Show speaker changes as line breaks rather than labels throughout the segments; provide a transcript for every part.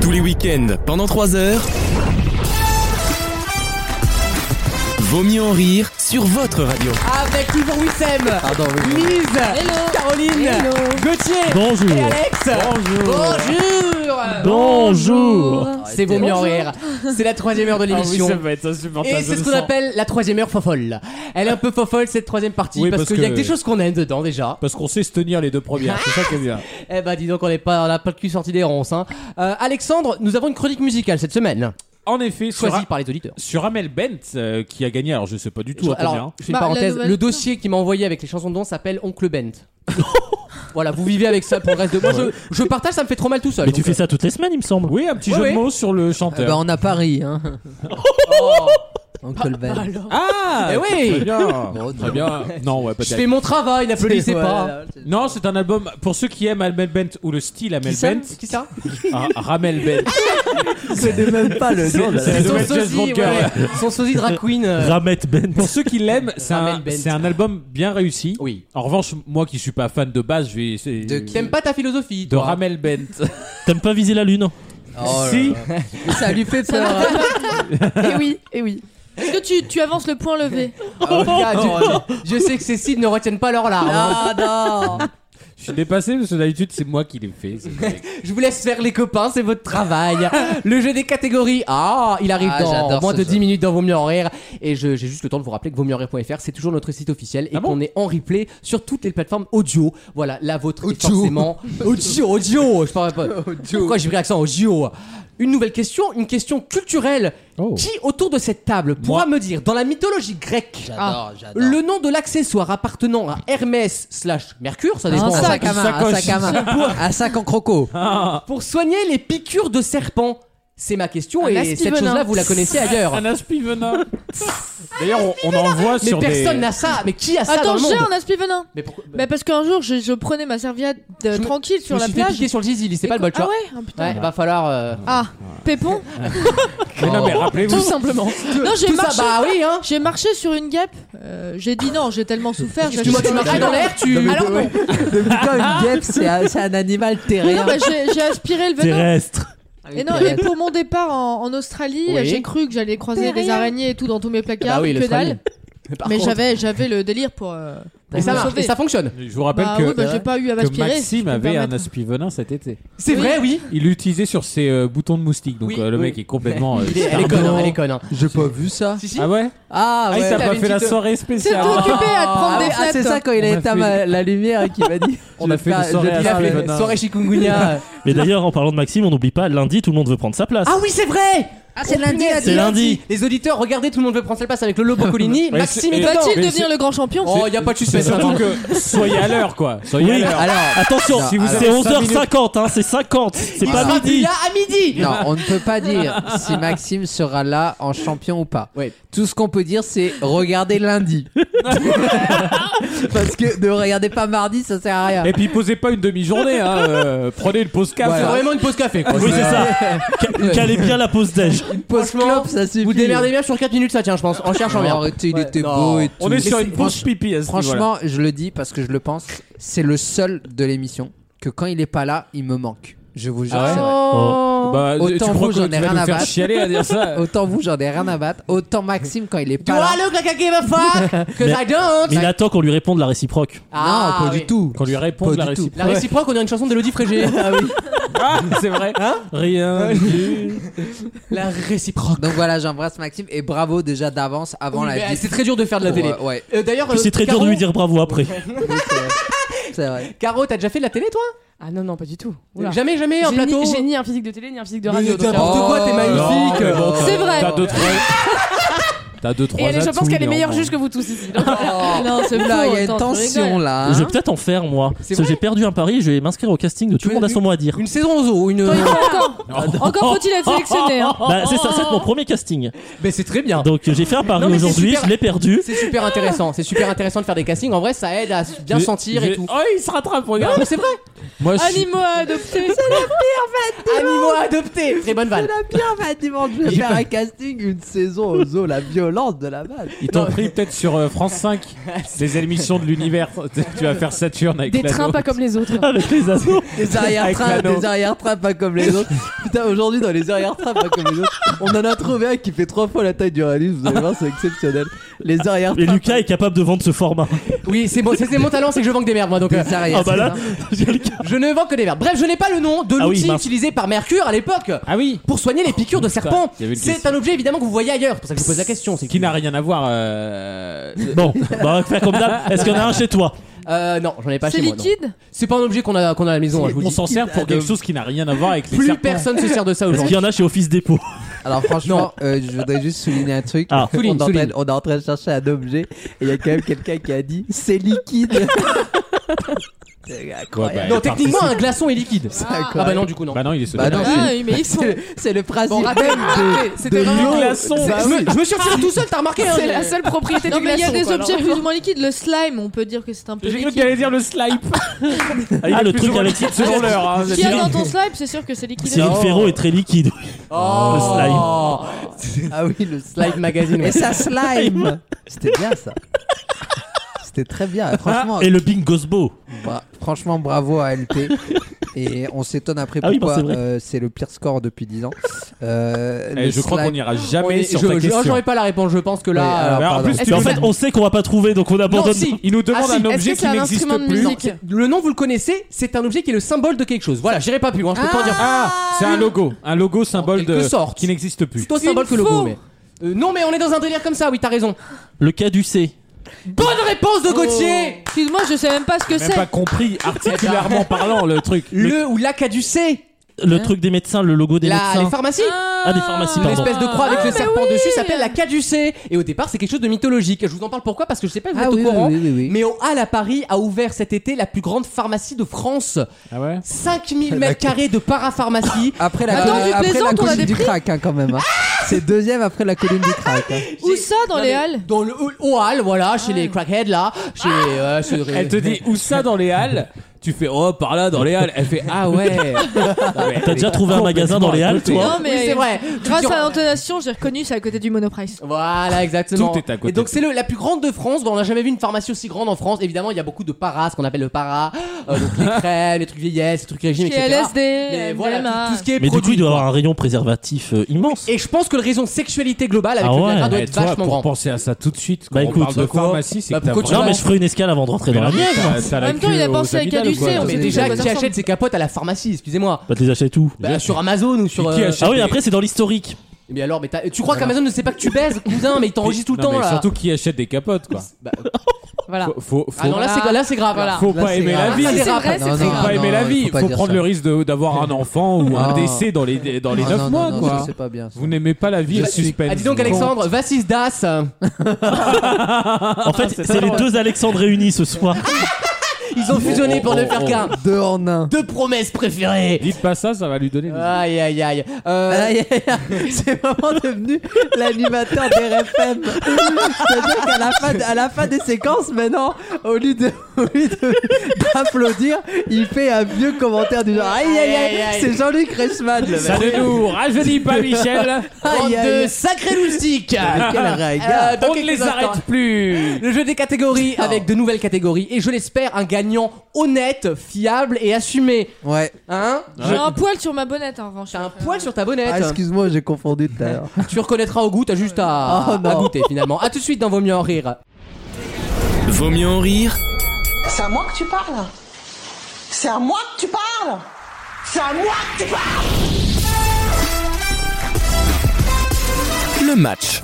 Tous les week-ends, pendant 3 heures. Vaut mieux en rire sur votre radio.
Avec toujours Wissem,
Pardon, oui.
Lise, Caroline, Gauthier
Bonjour.
et Alex.
Bonjour.
Bonjour.
Bonjour.
C'est vaut mieux en rire. C'est la troisième heure de l'émission.
ça va être insupportable.
Et c'est ce qu'on appelle la troisième heure fofolle. Elle est un peu fofolle cette troisième partie
Oui,
parce,
parce
qu'il y a
que-
que des choses qu'on aime dedans déjà.
Parce qu'on sait se tenir les deux premières, c'est ça qui est bien.
Eh ben dis donc on n'est pas, on n'a pas le cul sorti des ronces. Hein. Euh, Alexandre, nous avons une chronique musicale cette semaine,
En effet, sur,
choisie par les auditeurs.
sur Amel Bent, euh, qui a gagné, alors je sais pas du tout à combien.
Alors, je fais une
Bah, la
parenthèse.
nouvelle-
Le dossier qui m'a envoyé avec les chansons dedans s'appelle Oncle Bent. voilà, vous vivez avec ça pour le reste de moi. Je, je partage, ça me fait trop mal tout seul.
Mais tu
donc, euh,
fais ça toutes les semaines, il me semble.
Oui, un petit
Oui,
jeu
oui.
de mots sur le
Eh ben,
chanteur.
on a Paris, hein.
oh, Bah,
Uncle Ben.
Ah
Eh oui.
Très bien
Bon,
Très bien Non, ouais,
je
peut-être.
fais mon travail, n'applaudissez
Ouais,
pas.
là, c'est-
Non, c'est un album, pour ceux qui aiment Amel Bent ou le style Amel
Qui ça
Bent,
Qui ça
ah, Ramel Bent.
C'est même pas le nom de la-
C'est la
Son
nouvelle James
sosie,
Bond girl.
ouais, son sosie drag queen. euh,
Ramette Ben.
Pour ceux qui l'aiment, c'est un,
Ramel Bent.
c'est un album bien réussi.
Oui.
En revanche, moi qui suis pas fan de base, je vais essayer.
De qui
T'aimes pas ta philosophie
De
toi.
Ramel Bent.
T'aimes pas viser la lune
Oh là
si,
là. Ça lui fait peur. hein.
Eh
Et oui, et oui. Est-ce que tu, tu avances le point levé
Oh, gars, tu- je sais que ces cibles ne retiennent pas leurs larmes. hein.
Ah non
je suis dépassé parce que d'habitude, c'est moi qui les fais. c'est-
Je vous laisse faire les copains, c'est votre travail. Le jeu des catégories. Ah, il arrive
Ah,
dans
j'adore
moins
ce
de
jeu.
10 minutes dans Vaut mieux en rire. Et je- j'ai juste le temps de vous rappeler que vaut mieux en rire.fr, c'est toujours notre site officiel et
Ah bon
qu'on est en replay sur toutes les plateformes audio. Voilà, la vôtre est
Audio.
forcément audio, audio. Je parle pas. Pourquoi j'ai pris l'accent audio Une nouvelle question, une question culturelle.
Oh.
Qui autour de cette table pourra me dire dans la mythologie grecque
J'adore, j'adore.
le nom de l'accessoire appartenant à Hermès slash Mercure, ça dépend.
un sac à main, un
sacoche.
sac à main. Un sac en croco.
pour soigner les piqûres de serpents C'est ma question
Un
et cette
aspi-venin.
chose-là vous la connaissez ailleurs.
Un aspi venin. D'ailleurs, on, on en voit
Mais
sur
personne
des.
n'a ça. Mais qui a Ah, ça dans
Attends,
le
j'ai
monde
un aspi venin.
Mais pourquoi
Mais parce qu'un jour, je, je prenais ma serviette euh,
Bah. Je me-
tranquille
Je me
sur la
suis fait
plage.
piquer sur le zizi, c'est pas le bol, tu
Ah
vois.
ouais, ah, putain.
Ouais, va falloir. euh,
Ah, Pépon
Mais non,
Oh.
mais rappelez-vous.
simplement.
Non, j'ai
Tout ça,
marché.
bah oui, hein.
J'ai marché sur une guêpe. Euh, j'ai dit non, j'ai tellement souffert. j'ai
Excuse-moi,
acheté
tu
une
marches dans
guêpe.
l'air, tu.
Alors non.
Depuis quand une guêpe, c'est un, c'est un animal
Non,
terrien
bah, j'ai j'ai aspiré le venin.
Terrestre.
Et non, et pour mon départ en, en Australie,
Oui.
j'ai cru que j'allais croiser des araignées et tout dans tous mes placards,
Bah oui,
que dalle.
l'Australie. Par
Mais
contre-
j'avais j'avais le délire pour. euh, pour
Et ça
me
marche,
sauver.
et ça fonctionne.
Je vous rappelle
Bah
que,
oui, bah, j'ai pas eu à
que
m'aspirer. si
Maxime
je peux
avait
me
un
permettre.
aspi venin cet été.
C'est
Oui.
vrai, oui.
Il l'utilisait sur ses euh, boutons de moustique. Donc
Oui,
euh, le
oui.
mec est complètement. euh,
Il est- Elle est
starbé.
conne, hein, elle est conne. hein.
J'ai pas vu ça.
Si, si.
Ah ouais
Ah
Ah, il
ouais.
t'a
t'avais
pas
une
fait la
petite-
soirée
C'était
spéciale. hein.
occupé à te prendre
Ah,
des
oui, ah,
fenêtres.
c'est ça quand il a
On a
éteint
fait-
ma- la lumière et qu'il m'a dit.
On a fait une
pas-
soirée
je-
à
Il
Ah,
a
les
fait
bonhommes.
soirée chikungunya.
Mais d'ailleurs, en parlant de Maxime, on n'oublie pas, lundi, tout le monde veut prendre sa place.
Ah oui, c'est vrai. Ah, c'est lundi,
C'est lundi.
Les auditeurs, regardez, tout le monde veut prendre sa place avec le lot Broccolini.
Ouais,
Maxime
c'est-
est
et-
dedans.
Va-t-il
Mais
devenir le grand champion
Oh, y a pas de
Mais
suspense.
surtout que Ah, soyez à l'heure quoi. Soyez
Oui.
à l'heure.
Alors,
Attention,
Non,
si vous
alors-
c'est
cinq
11h50, hein, c'est 50, c'est
Il
pas
sera
midi.
là à midi.
Non, on ne peut pas dire si Maxime sera là en champion ou pas.
Ouais.
Tout ce qu'on peut dire, c'est regarder lundi. Parce que ne regardez pas mardi, ça sert à rien.
Et puis posez pas une demi-journée. Hein, euh, prenez une pause café.
C'est vraiment une pause café, quoi.
Oui, c'est ça. Ca- Calez bien la pause déj.
Pause
franchement,
clope, ça suffit.
Vous démerdez bien sur 4 minutes, ça tient, je pense, en cherchant bien.
Arrêtez, il
Ouais.
était
Non.
beau et tout.
On est sur une
Franch-
pause pipi à ce niveau-là.
Franchement, je le dis parce que je le pense, c'est le seul de l'émission que quand il est pas là, il me manque. Je vous jure.
Ah ouais
Oh.
c'est vrai.
Oh.
Bah,
Autant
tu crois
vous,
que
j'en ai
tu vas
rien
nous
à
faire
battre.
chialer à dire ça
Autant vous, j'en ai rien à battre. Autant Maxime, quand il est
Do
pas là.
I look like I give a fuck? Cause
Mais-
I don't.
Mais il attend qu'on lui réponde la réciproque.
Ah,
non, pas
oui.
du tout.
Qu'on lui réponde
Pas
la
du tout.
réciproque.
La réciproque, on a une chanson d'Elodie Frégé.
Ah, c'est vrai.
Hein?
Rien. du-
La réciproque.
Donc voilà, j'embrasse Maxime et bravo déjà d'avance avant
Oui,
la
mais
vie.
C'est très dur de faire de la
Pour,
télé.
euh, ouais,
Euh, D'ailleurs,
Puis
euh,
c'est très dur de
Caro-
lui dire bravo après.
c'est vrai.
Caro, t'as déjà fait de la télé, toi
Ah non, non, pas du tout. Oula.
Jamais, jamais, un
J'ai
plateau.
ni, j'ai ni un physique de télé, ni un physique de
Mais
radio. donc,
n'importe
euh,
quoi, t'es magnifique.
mais bon, t'as-
C'est vrai.
T'as deux, trois. T'as deux,
Et
trois.
elle est- je pense
atouts,
qu'elle est meilleure
néanmoins.
juge que vous tous ici. Donc,
Non, c'est
Là, il y a
faux,
une
attends, je
tension
rigole.
là. hein.
Je vais peut-être en faire moi. Parce que
vrai
j'ai perdu un pari et je vais m'inscrire au casting de Tout le monde a son mot à dire.
Une saison en zoo, une.
Attends, il faut encore. Encore faut-il être sélectionné. hein.
Bah, c'est ça, c'est mon premier casting.
Mais c'est très bien.
Donc euh, j'ai fait un pari
Non, mais c'est
aujourd'hui,
super.
je l'ai perdu.
C'est super intéressant. C'est super intéressant de faire des castings. En vrai, ça aide à bien
Je-
sentir
je-
et tout.
Oh, il se rattrape,
Non,
regarde.
Ah,
mais c'est vrai.
Moi, je suis-
Animaux adoptés.
Animaux adoptés Très bonne vanne.
la bien, Mathilde, je vais faire un casting une saison aux zoo, la violence de la balle.
Ils t'ont pris peut-être sur euh, France 5, des émissions de l'univers. tu vas faire Saturne avec
Des
l'anneau.
trains pas comme les autres.
avec les assos.
Des arrière-trains,
Avec l'anneau.
des arrière-trains pas comme les autres. Putain, aujourd'hui dans les arrière-trains pas comme les autres, on en a trouvé un qui fait trois fois la taille d'Uranus. Vous allez voir, c'est exceptionnel. Les
Et
arrière-trains.
Lucas est capable de vendre ce format.
Oui, c'est bon, c'est c'est mon talent, c'est que je vends que des merdes, moi. Donc, euh,
Des arrière
Ah bah là, Lucas.
je ne vends que des merdes. Bref, je n'ai pas le nom de
Ah oui,
l'outil
mince.
utilisé par Mercure à l'époque
Ah oui
pour soigner les piqûres de serpents.
il y avait une
C'est
question.
un objet évidemment que vous voyez ailleurs. C'est pour ça que je vous pose la question. C'est
Qui n'a rien à voir. euh,
Bon, bah, on va faire comme d'hab. Est-ce qu'il y en a un chez toi
Euh, non, j'en ai pas
C'est
chez moi. non.
liquide
C'est pas un objet qu'on a qu'on a à la maison. hein, je vous le
On
dis.
s'en sert pour quelque chose qui n'a rien à voir avec les
Plus
serpents.
personne se sert de ça
Est-ce qu'il
aujourd'hui.
y en a chez Office Dépôt
Alors franchement, euh, je voudrais juste souligner un truc.
Ah.
on,
Souligne,
est en train-
souligne.
on est en train de chercher un objet et il y a quand même quelqu'un qui a dit c'est liquide.
Ah,
c'est
Ouais, bah,
incroyable.
Non,
elle
techniquement, un glaçon est liquide.
C'est
Ah bah
incroyable.
non, du coup non.
Bah non, il est solide.
Bah non,
Ah oui, mais ils sont.
c'est- c'est le principe
Bon, rappelez-
même de,
rappelez, C'était
de
vraiment.
l'eau.
glaçon.
Bah
Je
oui.
me, je me suis retiré tout seul, t'as remarqué hein,
C'est
j'ai-
la seule propriété
Non,
du
mais il y a
glaçon,
des
quoi,
objets
alors.
plus ou moins liquides. Le slime, on peut dire que c'est un peu
J'ai cru
liquide.
qu'il allait dire le slipe.
Ah, le truc avec.
Selon l'heure. hein,
Qui a
Cyril-
dans ton slime, c'est sûr que c'est liquide.
Cyril Ferro est très liquide.
Oh,
Ah oui, le slime.
Slide Magazine. ouais.
Et ça slime C'était bien ça. C'était très bien. Franchement,
Ah, Et le Bing Gosbo.
bra- Bah, franchement bravo à LP. Et on s'étonne après
Ah oui,
pourquoi
bah, c'est vrai.
euh, c'est le pire score depuis 10 ans. Euh,
Eh,
le
Je crois
slime-
qu'on n'ira
On
jamais
est-
sur
je-
ta
je-
question.
J'aurais pas la réponse, je pense que
Ouais,
là.
alors,
Mais en
euh, pardon.
plus,
Et en fait, on sait qu'on va pas trouver, donc on
Non,
abandonne.
si.
il nous demande
Ah, si.
un
Est-ce
objet
que
qui
c'est un
n'existe
instrument de
plus.
musique
Le nom, vous le connaissez, c'est un objet qui est le symbole de quelque chose. Voilà, j'irai pas plus loin, je peux pas en dire.
Ah, c'est un logo, un logo symbole
quelque
de
sorte.
qui n'existe plus.
Plutôt symbole que logo, mais. Euh, non, mais on est dans un délire comme ça, oui, t'as raison.
Le caducé.
Bonne réponse de
Oh.
Gauthier
Excuse-moi, je sais même pas ce que
Oh. Même pas
c'est.
compris articulairement parlant le truc.
Le ou la caducée
Le truc des médecins, le logo des
Hein La, les
médecins.
pharmacies
Ah, des pharmacies,
Une
pardon.
espèce de croix avec
Ah,
le
Ah, mais
serpent
oui.
dessus s'appelle la caducée. Et au départ, c'est quelque chose de mythologique. Je vous en parle pourquoi Parce que je sais pas si vous
Ah
êtes
oui,
au courant.
oui, oui, oui, oui.
Mais au Hall à Paris a ouvert cet été la plus grande pharmacie de France.
Ah ouais.
5000 mètres carrés de parapharmacie.
Après la,
Attends,
colline-
tu
après la
plaisantes, on a
colline
des
du
prix
crack hein, quand même. hein.
Ah
C'est deuxième après la colline du crack. hein.
Où ça dans
Non,
les
mais
halles
Dans le au Hall, voilà, chez
Ah.
les crackheads là. Chez, euh, chez-
Elle te dit où ça dans les halles Tu fais oh par là dans les halles. Elle fait ah ouais.
T'as déjà trouvé un magasin dans les Halles, toi
Non, mais
Oui, c'est vrai.
Grâce
Tu dis-
à l'intonation, j'ai reconnu, c'est à côté du Monoprice.
Voilà, exactement.
Tout est à côté.
Et donc c'est le la plus grande de France. Bon, on n'a jamais vu une pharmacie aussi grande en France. Évidemment, il y a beaucoup de paras, ce qu'on appelle le para, euh, donc les crèmes, les trucs vieillesse, les trucs régime,
Chez
etc.
LSD,
Mais voilà,
MDMA.
tout, tout ce qui est
Mais du
produit.
coup, il doit
quoi.
avoir un rayon préservatif euh, immense.
Et je pense que le raison sexualité globale avec
Ah
le
ouais.
Viagra doit
Eh,
être
toi,
vachement
pour
grand.
penser à ça tout de suite, quand
Bah,
on
écoute,
parle de
quoi
pharmacie, c'est
Bah,
que t'as
pourquoi tu
Non,
vraiment-
mais je ferai une escale avant de rentrer
Mais
dans la
la
mienne.
mienne, t'as- t'as la
même temps,
queue
il a
aux
pensé à
amygdales ou quoi,
Caducée, on
dans
Mais
C'est
ces
déjà,
trucs.
raison
qui achète
ensemble.
ses capotes à la pharmacie Excusez-moi.
Bah, t'es acheté tout.
Bah, sur Amazon ou sur.
Et qui
euh,
achète
Ah oui,
des-
après, c'est dans l'historique.
Mais alors, mais t'as- tu crois qu'Amazon ne sait pas que tu baises, cousin, mais il t'enregistre tout le
Non,
temps
mais
là.
Surtout qui achète des capotes quoi.
Bah,
Voilà.
Faut, faut, faut-
ah non, là c'est là, c'est grave.
Voilà.
là.
faut
Là,
pas
c'est
aimer
grave.
la vie.
Ah, c'est
dérape.
vrai, c'est
Non,
très
faut
non,
grave.
pas Ah. aimer la vie,
faut pas
faut
dire
prendre
ça.
le risque de- d'avoir un enfant ou un
Non.
décès dans les dans les
Ah,
9
non,
mois
non, non,
quoi.
ça, c'est pas bien. ça.
Vous n'aimez pas la vie et le
Ah,
suspense.
Ah, dis donc, Alexandre, Vassis Das. euh, Ah,
En fait, c'est les deux Alexandres réunis ce soir.
Ils ont fusionné pour
Oh,
ne faire qu'un.
Deux en un.
Deux promesses préférées.
Dites pas ça, ça va lui donner. le-
Ah.
Aïe aïe aïe. Euh,
Aïe, aïe, aïe. C'est vraiment devenu l'animateur des RFM. C'est-à-dire qu'à la fin, à la fin des séquences, maintenant, au lieu de- au lieu de- d'applaudir, il fait un vieux commentaire du genre Aïe aïe aïe, c'est Jean-Luc Reichmann. le
Ça
mec.
ne nous rajeunit pas, Michel.
Aïe, aïe,
de
aïe.
sacrés loustiques.
Mais Quel
Euh,
regard.
dans
On ne
quelques
les
instants.
arrête plus.
Le jeu des catégories avec de nouvelles catégories et je l'espère un gagnant honnête, fiable et assumé.
Ouais,
Hein
J'ai un poil sur ma bonnette hein, en revanche.
T'as un poil sur ta bonnette.
Ah, excuse-moi, j'ai confondu tout à l'heure.
tu reconnaîtras au goût, t'as juste à,
Oh, non.
à goûter finalement. À tout de suite dans Vaut mieux en rire.
Vaut mieux en rire
C'est à moi que tu parles C'est à moi que tu parles C'est à moi que tu parles
le match.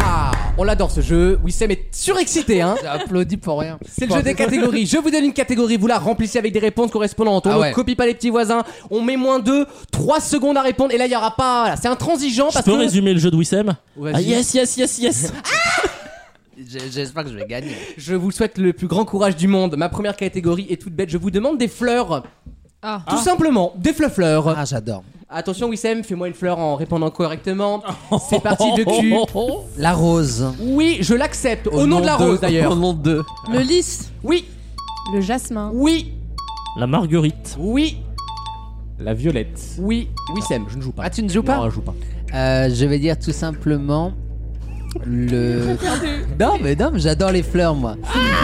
Ah, on l'adore ce jeu. Wissem est surexcité, hein.
Applaudis pour rien.
C'est le jeu des catégories. Je vous donne une catégorie, vous la remplissez avec des réponses correspondantes. On
Ah
ne
ouais.
copie pas les petits voisins. On met moins deux, trois secondes à répondre. Et là, il y aura pas. voilà, C'est intransigeant
Je
parce
peux
que.
résumer le jeu de Wissem
Vas-y.
Ah, yes, yes, yes, yes.
J'espère que je vais gagner.
Je vous souhaite le plus grand courage du monde. Ma première catégorie est toute bête. Je vous demande des fleurs.
Ah.
Tout simplement, des fleurs fleurs.
Ah, j'adore. Attention, Wissem, fais-moi une fleur en répondant correctement. C'est parti de cul.
La rose.
Oui, je l'accepte. Au, nom, de la
deux,
rose
Au
d'ailleurs.
nom de.
Le lys,
Oui,
Le jasmin.
oui,
La marguerite.
oui,
La violette.
oui. Wissem, je ne joue pas.
Ah, tu ne joues pas
Non, je joue pas.
Euh, je vais dire tout simplement le. Non, mais non, mais j'adore les fleurs, moi.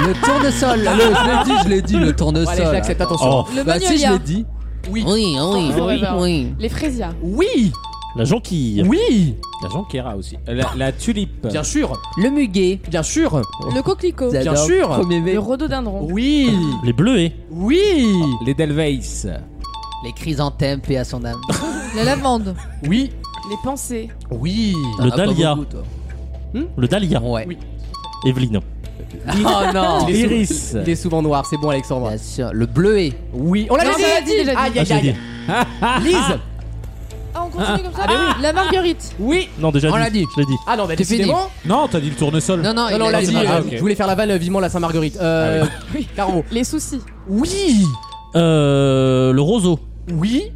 Le tournesol.
Ah,
Le- je l'ai dit, je l'ai dit, le
Bon,
tournesol.
allez, je l'accepte, attention.
Oh.
le
Bah si, je
magnolia,
l'ai dit.
Oui.
Oui, oui,
Oh,
oui.
bah.
oui.
Les frésias.
Oui,
La jonquille.
oui,
La jonquera aussi. Euh, La, la tulipe.
bien sûr,
Le muguet.
bien sûr,
le coquelicot,
Bien
Oh, sûr.
Premier V.
Le rhododendron.
oui,
Les bleuets.
oui,
Les Delveis.
Les chrysanthèmes, paix à son âme.
la lavande,
oui,
Les pensées.
oui.
T'en as pas
dahlia.
beaucoup, toi.
Le dahlia.
Ouais.
Oui.
Évelyne.
Oh non.
Il est sou-
L'iris.
Il est souvent noir, c'est bon, Alexandre.
Bien sûr. Le bleuet.
Oui, on l'avait
Non,
dit.
on l'a dit, déjà dit.
Aïe,
Ah,
aïe,
j'ai dit.
aïe. Lise,
ah on continue comme ça, la marguerite,
oui.
Non, déjà
On l'a dit.
Je l'ai dit.
Ah non, bah
C'est fini.
décidément.
Non, t'as dit le tournesol.
Non, non,
Non,
il
non, on
a-
l'a dit.
Ah,
euh,
ok.
Je voulais faire la vanne euh, vivement la Saint-Marguerite. Euh,
Ah
Caro.
Les soucis.
Oui,
Euh, le roseau.
oui.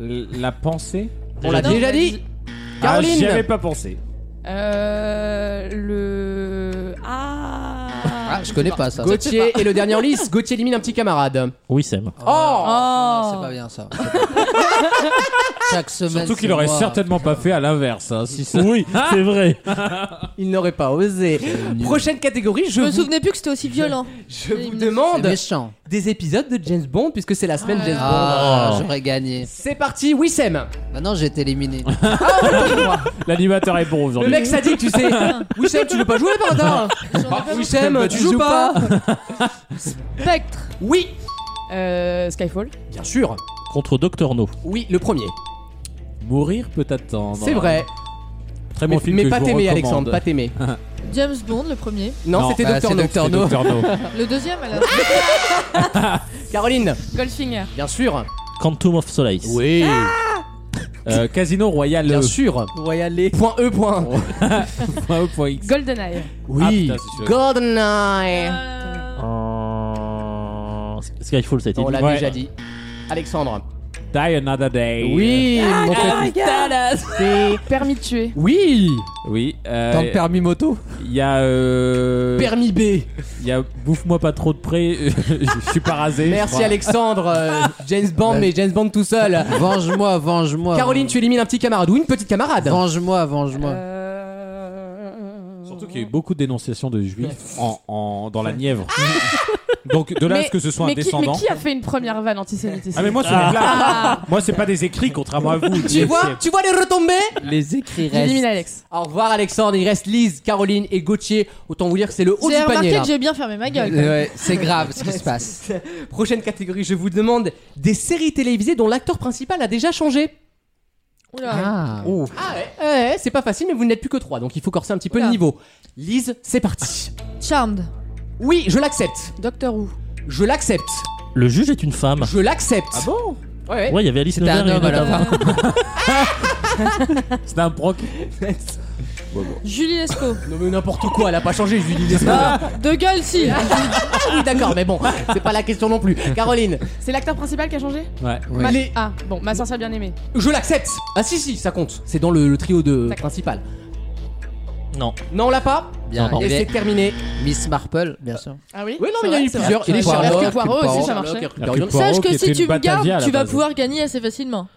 L- La pensée.
On l'a
Non, on
déjà
l'a
dit.
dit.
Ah, j'y
Caroline.
avais pas pensé.
Euh, le. Ah.
Ah, je connais pas ça.
Gauthier et le dernier en lice. Gauthier élimine un petit camarade.
Oui, Sam.
Oh.
Non,
oh,
C'est pas bien ça. Chaque semaine.
Surtout qu'il
c'est
aurait
moi.
certainement pas fait à l'inverse. hein, si ça...
Oui,
Ah.
c'est vrai.
Il n'aurait pas osé. Prochaine catégorie, je
je me
vous,
souvenais plus que c'était aussi violent,
je vous
C'est
demande
méchant.
des épisodes de James Bond puisque c'est la semaine James Bond.
Ah, j'aurais gagné.
C'est parti, Wissem.
Maintenant, j'ai été éliminé.
L'animateur est bon
Le
aujourd'hui.
mec sadique, tu sais. Wissem, tu veux pas jouer par hasard
Bah,
Ah, Wissem, tu joues pas
spectre,
Oui,
Euh, Skyfall.
bien sûr.
Contre Docteur No.
Oui, le premier.
Mourir peut attendre.
C'est vrai.
Très bon
Mais,
film.
mais
que
pas
je vous
t'aimer,
recommande.
Alexandre, pas t'aimer.
James Bond le premier,
Non,
Non,
c'était
bah,
Docteur No.
c'est Dr. No.
Docteur No.
le deuxième à la
Caroline,
Goldfinger.
bien sûr.
Quantum of Solace.
Oui,
Euh, Casino Royal.
bien sûr.
On va y aller.
Point E, point.
Oh.
Point O, point X.
GoldenEye.
Oui,
Ah, putain, c'est sûr.
GoldenEye.
Euh, Skyfall, ça a été
Oh
On
dit.
l'a
Ouais.
déjà dit. Alexandre.
Die Another Day.
Oui,
euh, Ah,
mon
Oh,
C'est Permis de tuer.
Oui,
Oui. euh,
Tant de permis moto.
Il y a. euh,
permis B.
Il y a bouffe-moi pas trop de près. je suis pas rasé. je
Merci
crois.
Alexandre. euh, James Bond,
Ouais.
mais James Bond tout seul.
Venge-moi, venge-moi.
Caroline, tu élimines un petit camarade ou une petite camarade.
Venge-moi, venge-moi.
Euh...
Surtout qu'il y a eu beaucoup de dénonciations de juifs en, en- dans la
Ah.
Nièvre. Donc de là à ce que ce soit un
mais qui,
descendant.
Mais qui a fait une première vanne antisémite ici
Ah mais moi c'est des blagues. Moi c'est pas des écrits contrairement à vous.
Ah. Tu vois, tu vois les retombées
Les écrits
J'élimine
restent.
Alex.
Au revoir Alexandre, il reste Lise, Caroline et Gauthier. Autant vous dire que c'est le haut du
J'ai
panier.
remarqué
là.
que j'ai bien fermé ma gueule. quand même.
Ouais, c'est grave ce qui se passe.
Prochaine catégorie, je vous demande des séries télévisées dont l'acteur principal a déjà changé.
Oula.
Ah.
Ah ouais, ouais, ouais, c'est pas facile, mais vous n'êtes plus que trois, donc il faut corser un petit peu le
Oula.
niveau. Lise, c'est parti.
Charmed,
Oui, je l'accepte.
Doctor Who.
Je l'accepte.
Le juge est une femme.
Je l'accepte. Ah bon Ouais, ouais.
Ouais, il y avait Alice
C'était un
Nevers et
homme
une
alors.
dame.
C'est un proc.
Julie Lescaut,
Non mais n'importe quoi, elle a pas changé, je lui dis des-
Ah.
de gueule si,
Oui, d'accord, mais bon, c'est pas la question non plus. Caroline,
C'est l'acteur principal qui a changé
Ouais.
Oui.
Ma-
Les-
Ah, bon, ma sorcière bien aimée.
je l'accepte. Ah si, si, ça compte. C'est dans le, le trio de
D'accord.
principal.
Non.
Non, on l'a pas
Bien.
Non,
Il
Et
y
c'est
avait
terminé.
Miss Marple, bien sûr.
Ah
Oui, non, mais il y en a eu
c'est
plusieurs.
vrai.
Il y a
Et
des
Poirot,
Sherlock,
Hercule
Poirot aussi,
Poirot.
ça marchait.
Hercule Poirot.
Poirot
sache
qui
que
était
si
une
tu me
Batavia, à
gardes,
la
tu vas
base.
pouvoir gagner assez facilement.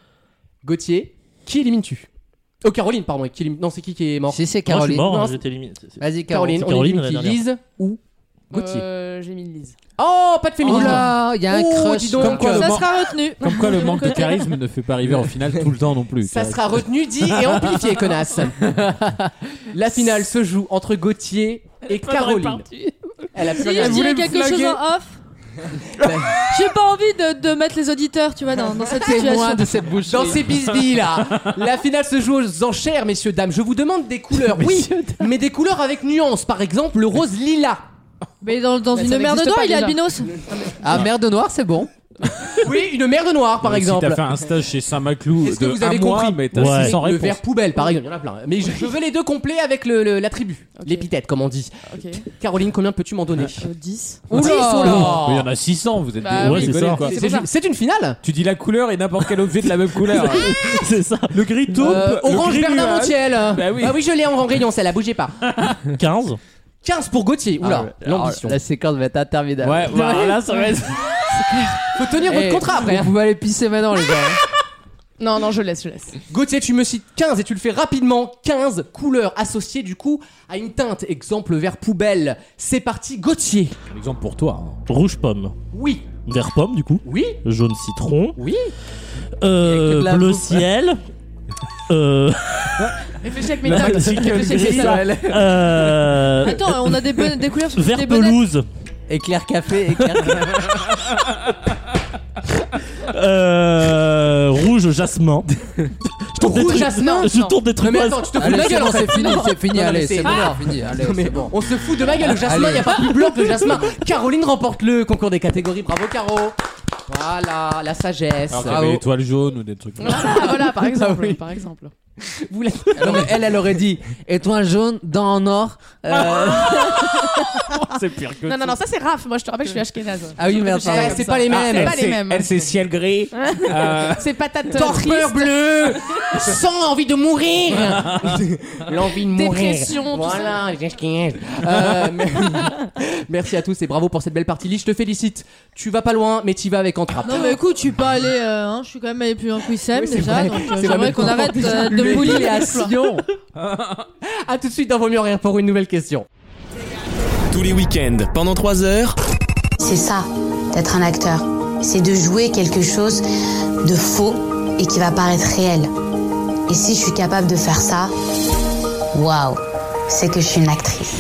Gauthier, qui élimines-tu Oh, Caroline, pardon. Qui élimine- Non, c'est qui qui est mort
Si c'est
Moi, je suis
Caroline.
mort,
Non,
hein,
c'est-
j'étais éliminé. C'est- c'est-
Vas-y,
Caroline,
Caroline.
on élimine
Caroline,
qui
la dernière.
Lise ou Gauthier
Euh, j'ai mis Lise.
Oh, pas de
Oh
féminisme
là, il y a un
Oh,
crush.
dis donc.
Comme quoi,
le
Ça
man-
sera retenu.
Comme quoi le manque de charisme ne fait pas arriver en finale tout le temps non plus.
Ça sera retenu, dit et amplifié, connasse. La finale se joue entre Gauthier et Caroline. Elle a plus
Si
rien.
je dirais quelque chose en off. J'ai pas envie de, de mettre les auditeurs, tu vois, dans, dans cette situation.
témoin de cette bouche.
Dans ces bisbilles là, la finale se joue aux enchères, messieurs dames. Je vous demande des couleurs, oui, mais des couleurs avec nuances. Par exemple, le rose lilas.
Mais dans, dans
Mais
une
ça
merde
n'existe
d'or,
pas
il est
déjà.
albinos.
Ah, merde noire, c'est bon.
Oui, une merde noire par
Donc, Si
exemple.
t'as fait un stage chez Saint-Maclou
Est-ce que
de
vous avez
un mois,
compris
mais t'as
Ouais.
600
le
réponses.
verre poubelle, par exemple, il y en a plein. Mais je, je veux les deux complets avec le- le- l'attribut,
Ok.
l'épithète, comme on dit.
Ok.
Caroline, combien peux-tu m'en donner
Euh, 10.
Ah.
Oula
Mais il y en a 600, vous êtes
Bah oui,
des vous
c'est
déconnez,
ça.
quoi.
C'est
C'est
pour
une- C'est une
Ah,
finale
Tu dis la couleur et n'importe quel objet de la même couleur.
C'est ça.
le gris
Euh, Orange Bernard-Montiel
Bah oui.
Ah oui, je l'ai en en rayon, celle-là, bougez pas.
15.
15 pour Gauthier,
Ah
oula,
ouais.
l'ambition.
Alors, La séquence va être interminable.
Ouais, bah, là ça va être.
Faut tenir
Eh,
votre contrat après. hein.
Vous pouvez aller pisser maintenant, les gars.
Non, non, je laisse, je laisse.
Gauthier, tu me cites 15 et tu le fais rapidement. 15 couleurs associées du coup à une teinte. Exemple vert poubelle. C'est parti, Gauthier.
Un exemple pour toi. hein.
Rouge pomme.
Oui,
Vert pomme, du coup.
oui,
Jaune citron.
oui.
Euh,
de la
bleu
bouffe.
ciel. euh,
Réfléchis avec mes
La
notes.
magique
Réfléchis avec mes
grise.
notes.
euh,
Attends, on a des, bonnes- des couleurs sur
vert
des bonnettes.
pelouse.
Éclair café, éclair
euh, rouge jasmin. Je tourne des
Rouge
trucs-
jasmin.
Je tourne des
Non
trucs.
mais attends, tu te fous de
Allez,
ma
c'est
gueule
bon,
en fait.
c'est fini,
Non.
c'est fini,
Non, non, mais
allez,
c'est-
c'est bon,
Ah
fini, allez,
Non, mais
c'est bon.
On se fout de ma gueule, le jasmin,
Allez.
y a pas plus blanc que le jasmin. Caroline remporte le concours des catégories, bravo Caro. Voilà, la sagesse.
Alors qu'il y
Bravo.
avait l'étoile jaune ou des trucs.
Ah, voilà, par exemple. Par exemple.
Vous la-
Non, mais elle, elle aurait dit étoile jaune, dents en or.
Ah,
euh,
c'est pire que
Non, non, non, ça c'est Raph. Moi, je te rappelle que je suis Ashkenaz.
Ah oui, merde,
Je-
pardon.
Eh, c'est pas les
Ah,
mêmes. hein.
c'est pas les mêmes.
Elle c'est ciel gris. Euh,
C'est patate euh,
Torpeur
triste,
bleue, sans envie de mourir, l'envie de mourir.
dépression, tout ça.
Voilà, j'ai ce qu'il y a. Euh, mais- Merci à tous et bravo pour cette belle partie. Lee, je te félicite. Tu vas pas loin, mais tu vas avec Entrape.
Non mais écoute, je suis pas allé, euh, hein, je suis quand même allé plus loin que Wissem
Oui, c'est
déjà,
vrai.
donc euh,
C'est vrai.
j'aimerais qu'on arrête euh, de
Le
me boulir
mec est
les
à
exploits.
Sion. À tout de suite dans Vaut mieux en rire pour une nouvelle question.
Tous les week-ends, pendant 3 heures,
C'est ça, d'être un acteur. C'est de jouer quelque chose de faux et qui va paraître réel. Et si je suis capable de faire ça, waouh, c'est que je suis une actrice.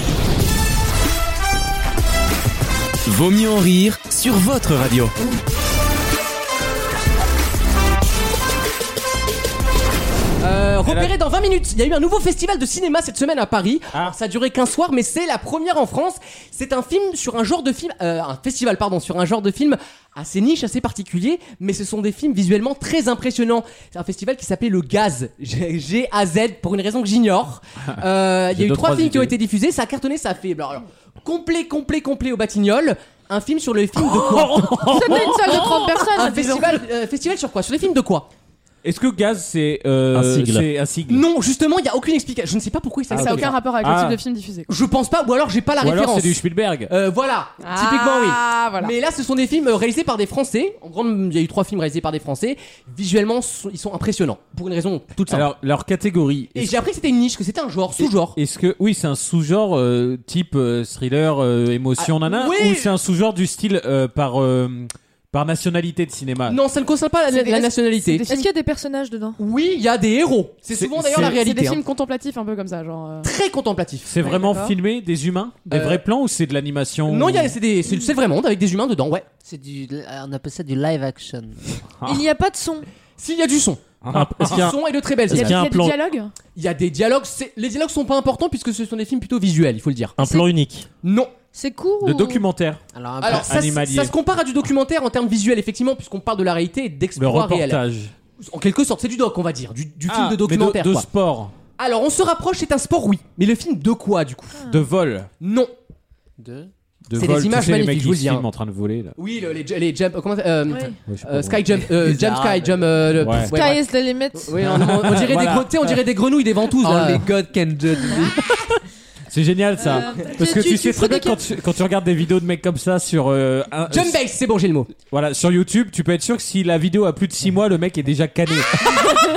Vaut mieux en rire sur votre radio.
Euh, repéré dans 20 minutes, il y a eu un nouveau festival de cinéma cette semaine à Paris.
Ah.
Alors, ça a duré qu'un soir, mais c'est la première en France. C'est un film sur un genre de film, euh, un festival pardon, sur un genre de film assez niche, assez particulier, mais ce sont des films visuellement très impressionnants. C'est un festival qui s'appelait le Gaz, G- G-A-Z, pour une raison que j'ignore. Euh, Il y
J'ai
a eu
deux,
trois
trois
films qui ont
idées.
été diffusés, ça a cartonné, ça a fait. Alors, alors, complet, complet, complet au Batignolles. Un film sur le film de
Oh,
quoi
C'était une salle de 30 personnes.
Un festival, euh, festival sur quoi Sur les films de quoi
Est-ce que gaz c'est euh,
Un sigle.
c'est un sigle
Non, justement, il n'y a aucune explication. Je ne sais pas pourquoi il
Ça
s'appelle
n'a
ça.
aucun rapport avec le
Ah.
type de film diffusé.
Je pense pas, ou alors j'ai pas la
Ou
référence.
alors c'est du Spielberg.
Euh, voilà, typiquement oui.
Ah, voilà.
Mais là, ce sont des films euh, réalisés par des Français. En grande, il y a eu trois films réalisés par des Français. Visuellement, sont- ils sont impressionnants pour une raison toute simple.
Alors leur catégorie.
et
est-ce-
j'ai appris que c'était une niche, que c'était un genre, sous-genre.
Est-ce que oui c'est un sous-genre euh, type euh, thriller euh, émotion
Ah,
nana
oui.
ou c'est un sous-genre du style euh, par euh, par nationalité de cinéma.
Non, ça ne concerne pas la,
C'est des-
la nationalité.
c'est des-
Est-ce qu'il y a des personnages dedans
Oui, il y a des héros. C'est
C'est-
souvent d'ailleurs la
c'est-
C'est
réalité.
des
hein.
films contemplatifs un peu comme ça, genre. euh,
Très contemplatifs.
C'est
Ouais,
vraiment
d'accord.
filmé des humains, des
Euh,
vrais plans ou c'est de l'animation
Non, il y a-
ou-
c'est des- c'est c'est le vrai monde avec des humains dedans, ouais.
C'est du, on appelle ça du live action.
Ah.
Il n'y a pas de son.
S'il y a du son,
Ah,
Est-ce qu'il
du
y a un-
son et de très belles.
Est-ce
Il y
qu'il y a
a
un
du
plan,
dialogue
Il y a des dialogues. c'est- Les dialogues sont pas importants puisque ce sont des films plutôt visuels, il faut le dire.
un plan unique
Non.
C'est court
de
ou-
documentaire,
Alors, un
Alors,
peu
ça, se-
animalier.
ça se compare à du documentaire en termes visuels, effectivement, puisqu'on parle de la réalité et
le
d'exploit réel.
reportage,
En quelque sorte, c'est du doc, on va dire, du, du
Ah,
film de
mais
documentaire.
de,
quoi.
sport,
Alors, on se rapproche, c'est un sport, oui. Mais le film de quoi, du coup
de vol,
Non.
peu-
de
C'est
vol.
des images
tu sais, les mecs
magnifiques, je vous
qui
le dis, hein.
filment en train de voler là.
Oui, le- les, les jump. euh, comment ça- euh,
Oui.
Ouais, je sais pas
euh,
pourquoi.
sky jump. euh,
Les
jump sky
Arabes.
jump. euh, le-
Ouais.
pff, ouais,
Sky
ouais.
is the limit.
Oui, on, on- on dirait des
Voilà.
gros- tu sais, on dirait des grenouilles, des ventouses.
Oh,
là.
les God can judge me.
C'est génial ça.
Euh,
Parce que tu, sais très bien
ferais des-
quand tu, quand tu regardes des vidéos de mecs comme ça sur euh, un-
Jump
euh,
base, c'est bon, j'ai le mot.
voilà sur YouTube, tu peux être sûr que si la vidéo a plus de 6 mois, le mec est déjà cané.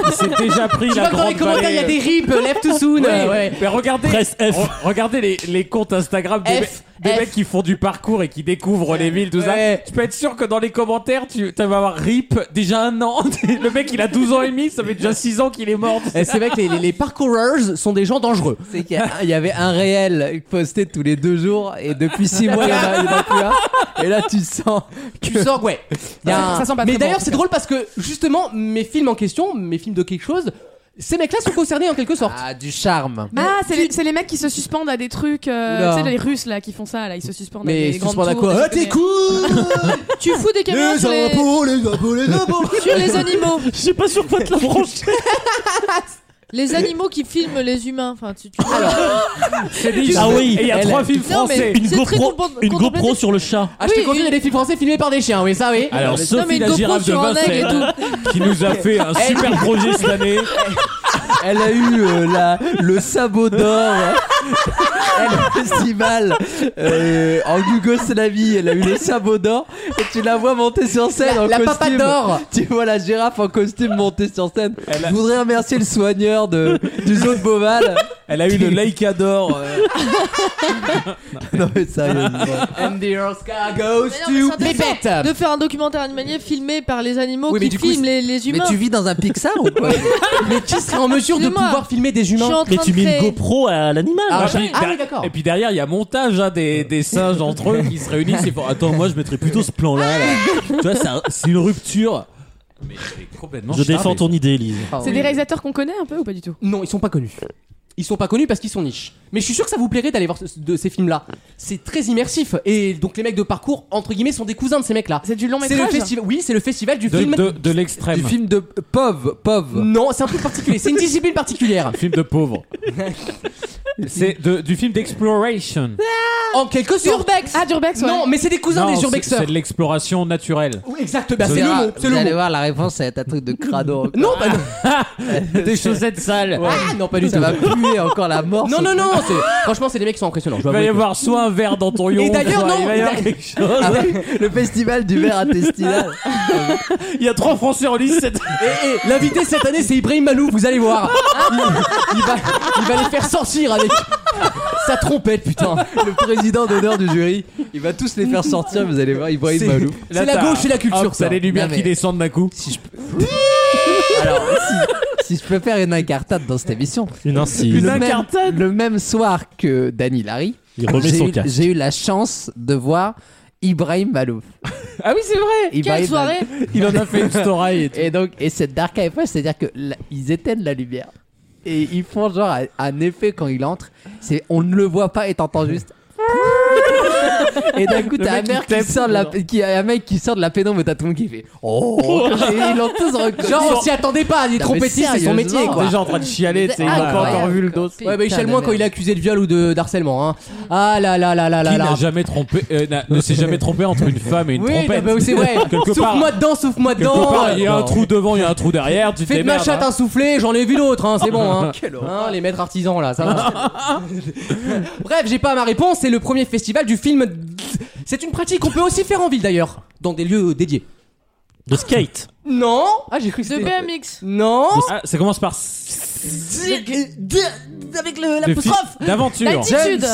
il s'est déjà pris
Tu
la
vois que dans
grande
les commentaires, il y a
vallée.
des rips, left too soon.
Oui,
euh, ouais.
Mais regardez,
Presse F.
re- regardez les, les comptes Instagram des,
F,
mecs- des
F.
mecs qui font du parcours et qui découvrent les villes, tout
Ouais.
ça. Tu peux être sûr que dans les commentaires, tu, tu vas avoir RIP déjà un an. Le mec, il a 12 ans et demi, ça fait déjà 6 ans qu'il est mort.
Et C'est vrai que les, les, les parkourers sont des gens dangereux.
C'est qu'il y a- il y avait un réel posté tous les deux jours et depuis six mois, il y en a, il y en a plus un. Et là, tu sens.
tu sors, ouais. Il y a
Ça-
un-
ça sent pas
mais
très bon, en
d'ailleurs,
tout
c'est
cas.
drôle parce que justement, mes films en question, mes films de quelque chose, Ces mecs-là sont concernés en quelque sorte.
Ah, du charme.
Ah, c'est les, c'est les mecs qui se suspendent à des trucs. euh,
Oula.
tu sais, les Russes là qui font ça, là, ils se suspendent à
mais
des
ils
grandes
suspendent à
tours,
quoi
des
Ah,
trucs,
t'es
mais-
cool
Tu fous des caméras
Les
sur les...
impôts, les impôts, les impôts
sur les animaux.
Je sais pas sur quoi te la brancher.
Les animaux qui filment les humains. Enfin, tu, tu...
C'est dit,
Ah oui.
Et il y a
Elle-
trois films
Non, mais-
français.
Une
C'est très
GoPro,
compon-
une
contemplatif.
GoPro sur le chat.
Ah, je
Oui,
te conseille
une-
des films français filmés par des chiens, oui, ça oui.
Ah, Alors,
Non, mais
Sophie
une
la
GoPro
girafe de
sur un aigle et
Vincennes, qui nous a fait un super projet cette année.
Elle a eu euh, la, le sabot d'or le festival euh, en Yougoslavie. Elle a eu le sabot d'or et tu la vois monter sur scène
La-
en
la
costume.
papa d'or.
Tu vois la girafe en costume monter sur scène. Je voudrais remercier le soigneur de, du zoo de Beauval.
Elle a eu le Leica d'or. euh,
non mais sérieusement.
And the Earth Sky goes
Mais non, mais
to
c'est
Bébête
De faire un documentaire animalier filmé par les animaux
Oui, mais
qui
du coup,
filment les, les
Mais
humains.
tu vis dans un Pixar ou quoi
Mais qui serait en mesure de
Excusez-moi.
pouvoir filmer des
Je suis
humains
en train
Mais
de
tu mets
créer-
une GoPro à l'animal.
Ah,
puis,
oui, ah oui,
da-
d'accord.
Et puis derrière, il y a montage hein, des, des singes entre eux qui se réunissent et font Attends, moi je mettrais plutôt ce plan-là. là. tu vois, c'est un- c'est une rupture. Mais elle est complètement
Je
charmée.
défends ton idée, Elise.
C'est des réalisateurs qu'on connaît un peu ou pas du tout
Non, ils sont pas connus. Ils sont pas connus parce qu'ils sont niches. Mais je suis sûr que ça vous plairait d'aller voir ce- de ces films-là. C'est très immersif. Et donc les mecs de parcours, entre guillemets, sont des cousins de ces mecs-là.
C'est du long
C'est le
métrage.
festival. Oui, c'est le festival du film.
De, de, de l'extrême.
Du film de Pov, Pov.
Non, c'est un truc particulier. C'est une discipline particulière.
Film de pauvre. c'est de- du film d'exploration.
En quelque sorte.
Urbex.
Ah, d'Urbex, ouais.
Ah, Non, mais c'est des cousins
Non,
des
c'est-
urbexeurs.
C'est de l'exploration naturelle.
Oui, exact. Bah,
Vous
c'est le
verrez,
mot. C'est
vous
le
allez
mot.
voir, la réponse ça va être un truc de crado.
Non, bah non.
Des chaussettes sales.
Ah, non, pas du tout.
Ça va puer encore la mort.
Non, non, non. c'est- Franchement, c'est des mecs qui sont impressionnants. je dois
Il va y
avouer que-
avoir soit un verre dans ton yaourt,
d'ailleurs,
soit-
non,
il va y avoir
d'ailleurs-
quelque chose.
Ah ouais, le festival du verre intestinal.
Il y a trois Français en lice. cette-
Et, et, l'invité cette année, c'est Ibrahim Malou, vous allez voir. Il, il va, il va les faire sortir avec sa trompette, putain.
le président d'honneur du jury. Il va tous les faire sortir, vous allez voir, Ibrahim
C'est-
Malouf.
C'est
Là,
la
t'as-
gauche et la culture,
hop, t'as
ça.
les lumières
Non, mais-
qui descendent d'un coup.
Alors, si, si je peux faire une incartade dans cette émission,
Une
le,
incise.
même, le même soir que Dany Larry,
Il remet
j'ai
son
eu-
casque.
j'ai eu la chance de voir Ibrahim Malouf.
Ah oui, c'est vrai.
Ibrahim
Quelle soirée
Malouf.
Il en a fait une story et tout.
Et donc, et cette dark effect, c'est-à-dire que la- ils éteignent la lumière et ils font genre un, un effet quand il entre. C'est on ne le voit pas et t'entends juste. Et d'un coup, t'as un,
mec qui
mec qui
tape.
sort de la, qui, un mec qui sort de la pénombre et t'as tout le monde qui fait Oh Et ils l'ont tous reconnu.
Genre, on s'y attendait pas, les
mais
trompettistes, c'est son
sérieusement,
métier, quoi.
Déjà en train de chialer, tu sais, il a
Ah,
pas
ouais.
encore vu le dos.
Ouais, bah, il
Putain
chale
de
moins quand
merde.
il est accusé de viol ou de d'harcèlement, hein. Ah là là là là là
Qui
là.
n'a jamais trompé, euh, n'a- ne s'est jamais trompé entre une femme et une
Oui,
trompette.
bah, c'est vrai.
Quelque part-
Souffle-moi dedans, souffle-moi
Quelque
dedans.
part, il y a un
Non.
trou devant, il y a un trou derrière, tu te
Fais de ma
démerdes,
chatte
hein.
un soufflé, j'en ai vu d'autres, hein, c'est bon. Hein. Hein, les maîtres artisans là, ça va. Bref, j'ai pas ma réponse, c'est le premier festival du film. C'est une pratique qu'on peut aussi faire en ville d'ailleurs, dans des lieux dédiés.
De skate.
Non Ah, j'ai cru que
De
c'était.
BMX.
Non
Ah, ça commence par
Avec le,
de fi- d'aventure.
L'altitude.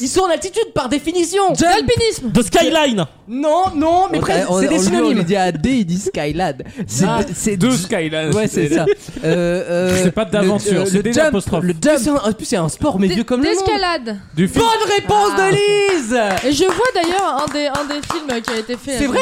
Ils sont en altitude par définition
L'alpinisme.
De skyline.
Non, non, mais
On-
presque,
on-
c'est des
on- lui, On
synonymes.
lui dit à D, il dit Skyland. C'est
Ah,
c'est
De
du-
Skyline.
Ouais, c'est ça. Euh, euh,
C'est pas de
le-
l'aventure,
euh,
c'est
le
des
jump,
apostrophes.
Le
Mais
jump.
c'est un- En plus, c'est un sport, mais vieux comme le monde.
D'escalade. Ah.
Du film.
Bonne réponse de Lise
Et je vois d'ailleurs un des, un des films qui a été fait. euh,
C'est vrai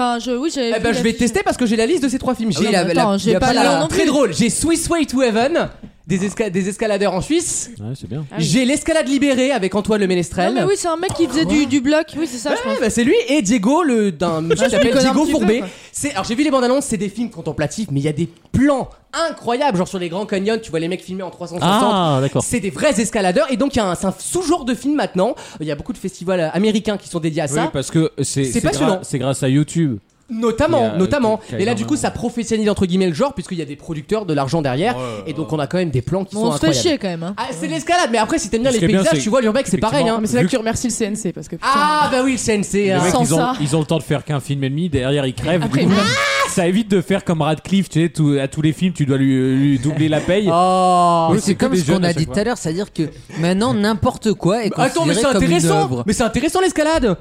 Enfin, je, oui, j'ai.
Eh ben, je vais tester parce que j'ai la liste de ces trois films. J'ai
oui,
la-
Ah mais attends,
la-
j'ai
il y a
pas la-
la-
non
Très
plus. Ah.
drôle. J'ai Swiss Way to Heaven, des, esca- des escaladeurs en Suisse.
Ouais, c'est bien.
oui.
J'ai l'escalade libérée avec Antoine Le Ménestrel.
Non, mais Ah bah oui, c'est un mec qui faisait du, du bloc. Oui, c'est ça, je
Ouais,
pense. Ah,
bah, c'est lui et Diego, le d'un monsieur qui
je
s'appelle
m'y connais un
Diego
petit peu,
Fourbet.
quoi.
C'est alors j'ai vu les bandes annonces, c'est des films contemplatifs, mais il y a des plans incroyables, genre sur les grands canyons, tu vois les mecs filmés en 360.
Ah, d'accord.
C'est des vrais escaladeurs et donc il y a un, c'est un sous-genre de film maintenant. Il y a beaucoup de festivals euh, américains qui sont dédiés à
Oui,
ça,
parce que
C'est
c'est c'est
passionnant.
gra- c'est grâce à YouTube.
notamment,
il y a, euh,
notamment.
qui- qui a
Et là du
énormément.
coup ça professionnalise entre guillemets le genre puisqu'il y a des producteurs, de l'argent derrière et donc on a quand même des plans qui
Bon,
sont
on se fait
incroyables.
chier quand même. hein.
Ah, c'est de l'escalade, mais après si t'aimes bien
Ce
les
qui est bien,
paysages,
c'est-
tu vois l'urbex c'est pareil. hein.
Mais c'est là
Vu-
que tu remercies le CNC parce que putain.
Ah bah oui le CNC.
Les
hein.
mecs,
Sans
ils, ont,
ça.
ils ont le temps de faire qu'un film et demi, derrière ils crèvent.
Après,
Du coup,
ils meurent.
ça évite de faire comme Radcliffe, tu sais, tout- à tous les films, tu dois lui, lui doubler la paye.
Oh,
Oui,
mais
c'est
c'est
que
comme
des
ce qu'on
jeunes à
a
chaque
dit
fois.
tout à l'heure, c'est-à-dire que maintenant n'importe quoi est
Bah, Attends mais
considéré
c'est
comme une
intéressant.
œuvre.
Mais c'est intéressant l'escalade.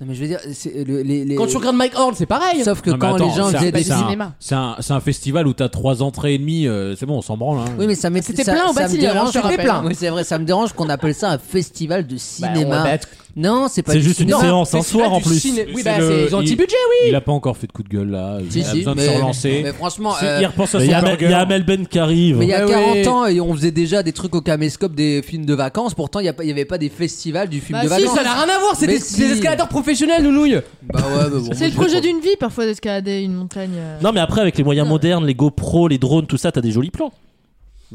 Non mais je veux dire, c'est le- les, les-
Quand tu regardes Mike Horn, c'est pareil.
sauf que
Non, mais
quand
attends,
les gens
c'est un-
faisaient des
du
c'est un-
cinéma.
C'est un, c'est un festival où t'as trois entrées et demie, euh, c'est bon, on s'en branle. Hein.
Oui, mais ça m'est-
C'était
ça-
plein au
ça me
Bastille, alors,
dérange
je te
qu'on-
rappelle.
Oui, c'est vrai, ça me dérange qu'on appelle ça un festival de
Bah, on
cinéma.
va être- Non, c'est pas
C'est
du
juste une
cinéma.
séance, un
Mais c'est-
soir
ah,
en
du
plus.
ciné-
Mais
Oui,
c'est
bah
le-
c'est
il-
anti-budget, oui.
Il a pas encore fait de coup de gueule là. Il
Si,
a
si,
besoin de
mais-
se relancer.
mais franchement,
Si,
euh,
Il repense à
Il
son
y a Amel- il y a
burger.
Amel Ben qui arrive.
Mais il y a
Ouais,
40
ouais.
ans, et on faisait déjà des trucs au caméscope des films de vacances. Pourtant, il n'y a pas- il y avait pas des festivals du film
Bah
de
si,
vacances.
Ça n'a rien à voir, c'est
Mais
des,
si.
des escaladeurs professionnels, nounouille.
Bah ouais, mais bon, moi,
C'est le
je
projet
vais
d'une vie parfois d'escalader une montagne. euh.
Non, mais après, avec les moyens modernes, les GoPro, les drones, tout ça, t'as des jolis plans.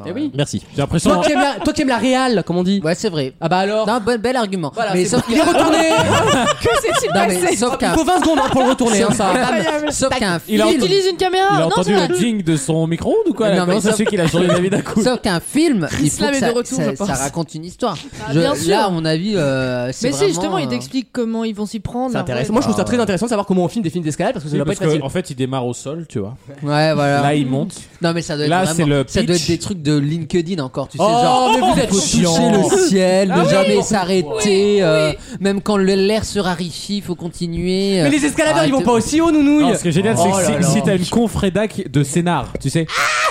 Eh oui.
Merci.
J'ai l'impression.
Toi qui aimes la, toi qui aimes la réal, comme on dit.
prendre. Bah Ouais, c'est vrai.
Ah bah alors.
Non, bon, bel argument.
Voilà,
mais
c'est-
sauf
Il est
qu'il Ah,
retourné.
Que s'est-il
Non, mais
passé
sauf
Il
qu'un
faut 20 secondes hein, pour le retourner, hein, ça.
Incroyable.
sauf qu'un
Il a
Il
entendu-
utilise une caméra.
Ah,
Il a
non,
entendu
c'est
le ding de son micro-ondes ou quoi
Non,
là
mais
Comment ça
ça-
se fait qu'il a changé d'avis d'un coup
Sauf qu'un film, il faut
Slam
que
est de
ça,
retour,
ça-
je pense.
ça raconte une histoire.
Ah,
Je-
bien sûr.
Là, à mon avis, euh, c'est
Mais si,
vraiment,
justement, il
euh,
t'explique comment ils vont s'y prendre.
C'est intéressant. Moi, je trouve ça très intéressant de savoir comment on filme des films d'escalade parce que ça
Oui,
doit pas
parce
être facile. Euh,
qu'en fait, il démarre au sol, tu vois.
Ouais, voilà.
Là, il monte.
non, mais ça doit être
là, c'est
vraiment,
le
ça doit
pitch.
être des trucs de LinkedIn encore, tu sais,
Oh,
genre.
mais vous êtes
faut toucher
chiant.
le ciel,
Ah
ne
oui.
jamais s'arrêter, euh, même quand le- l'air se raréfie, il faut continuer. euh,
Mais les escaladeurs, ils vont
Arrêtez-
pas aussi haut,
Non,
nounouille.
ce qui est génial, c'est
Oh là là.
que si- si t'as une confrédac de scénar, tu sais,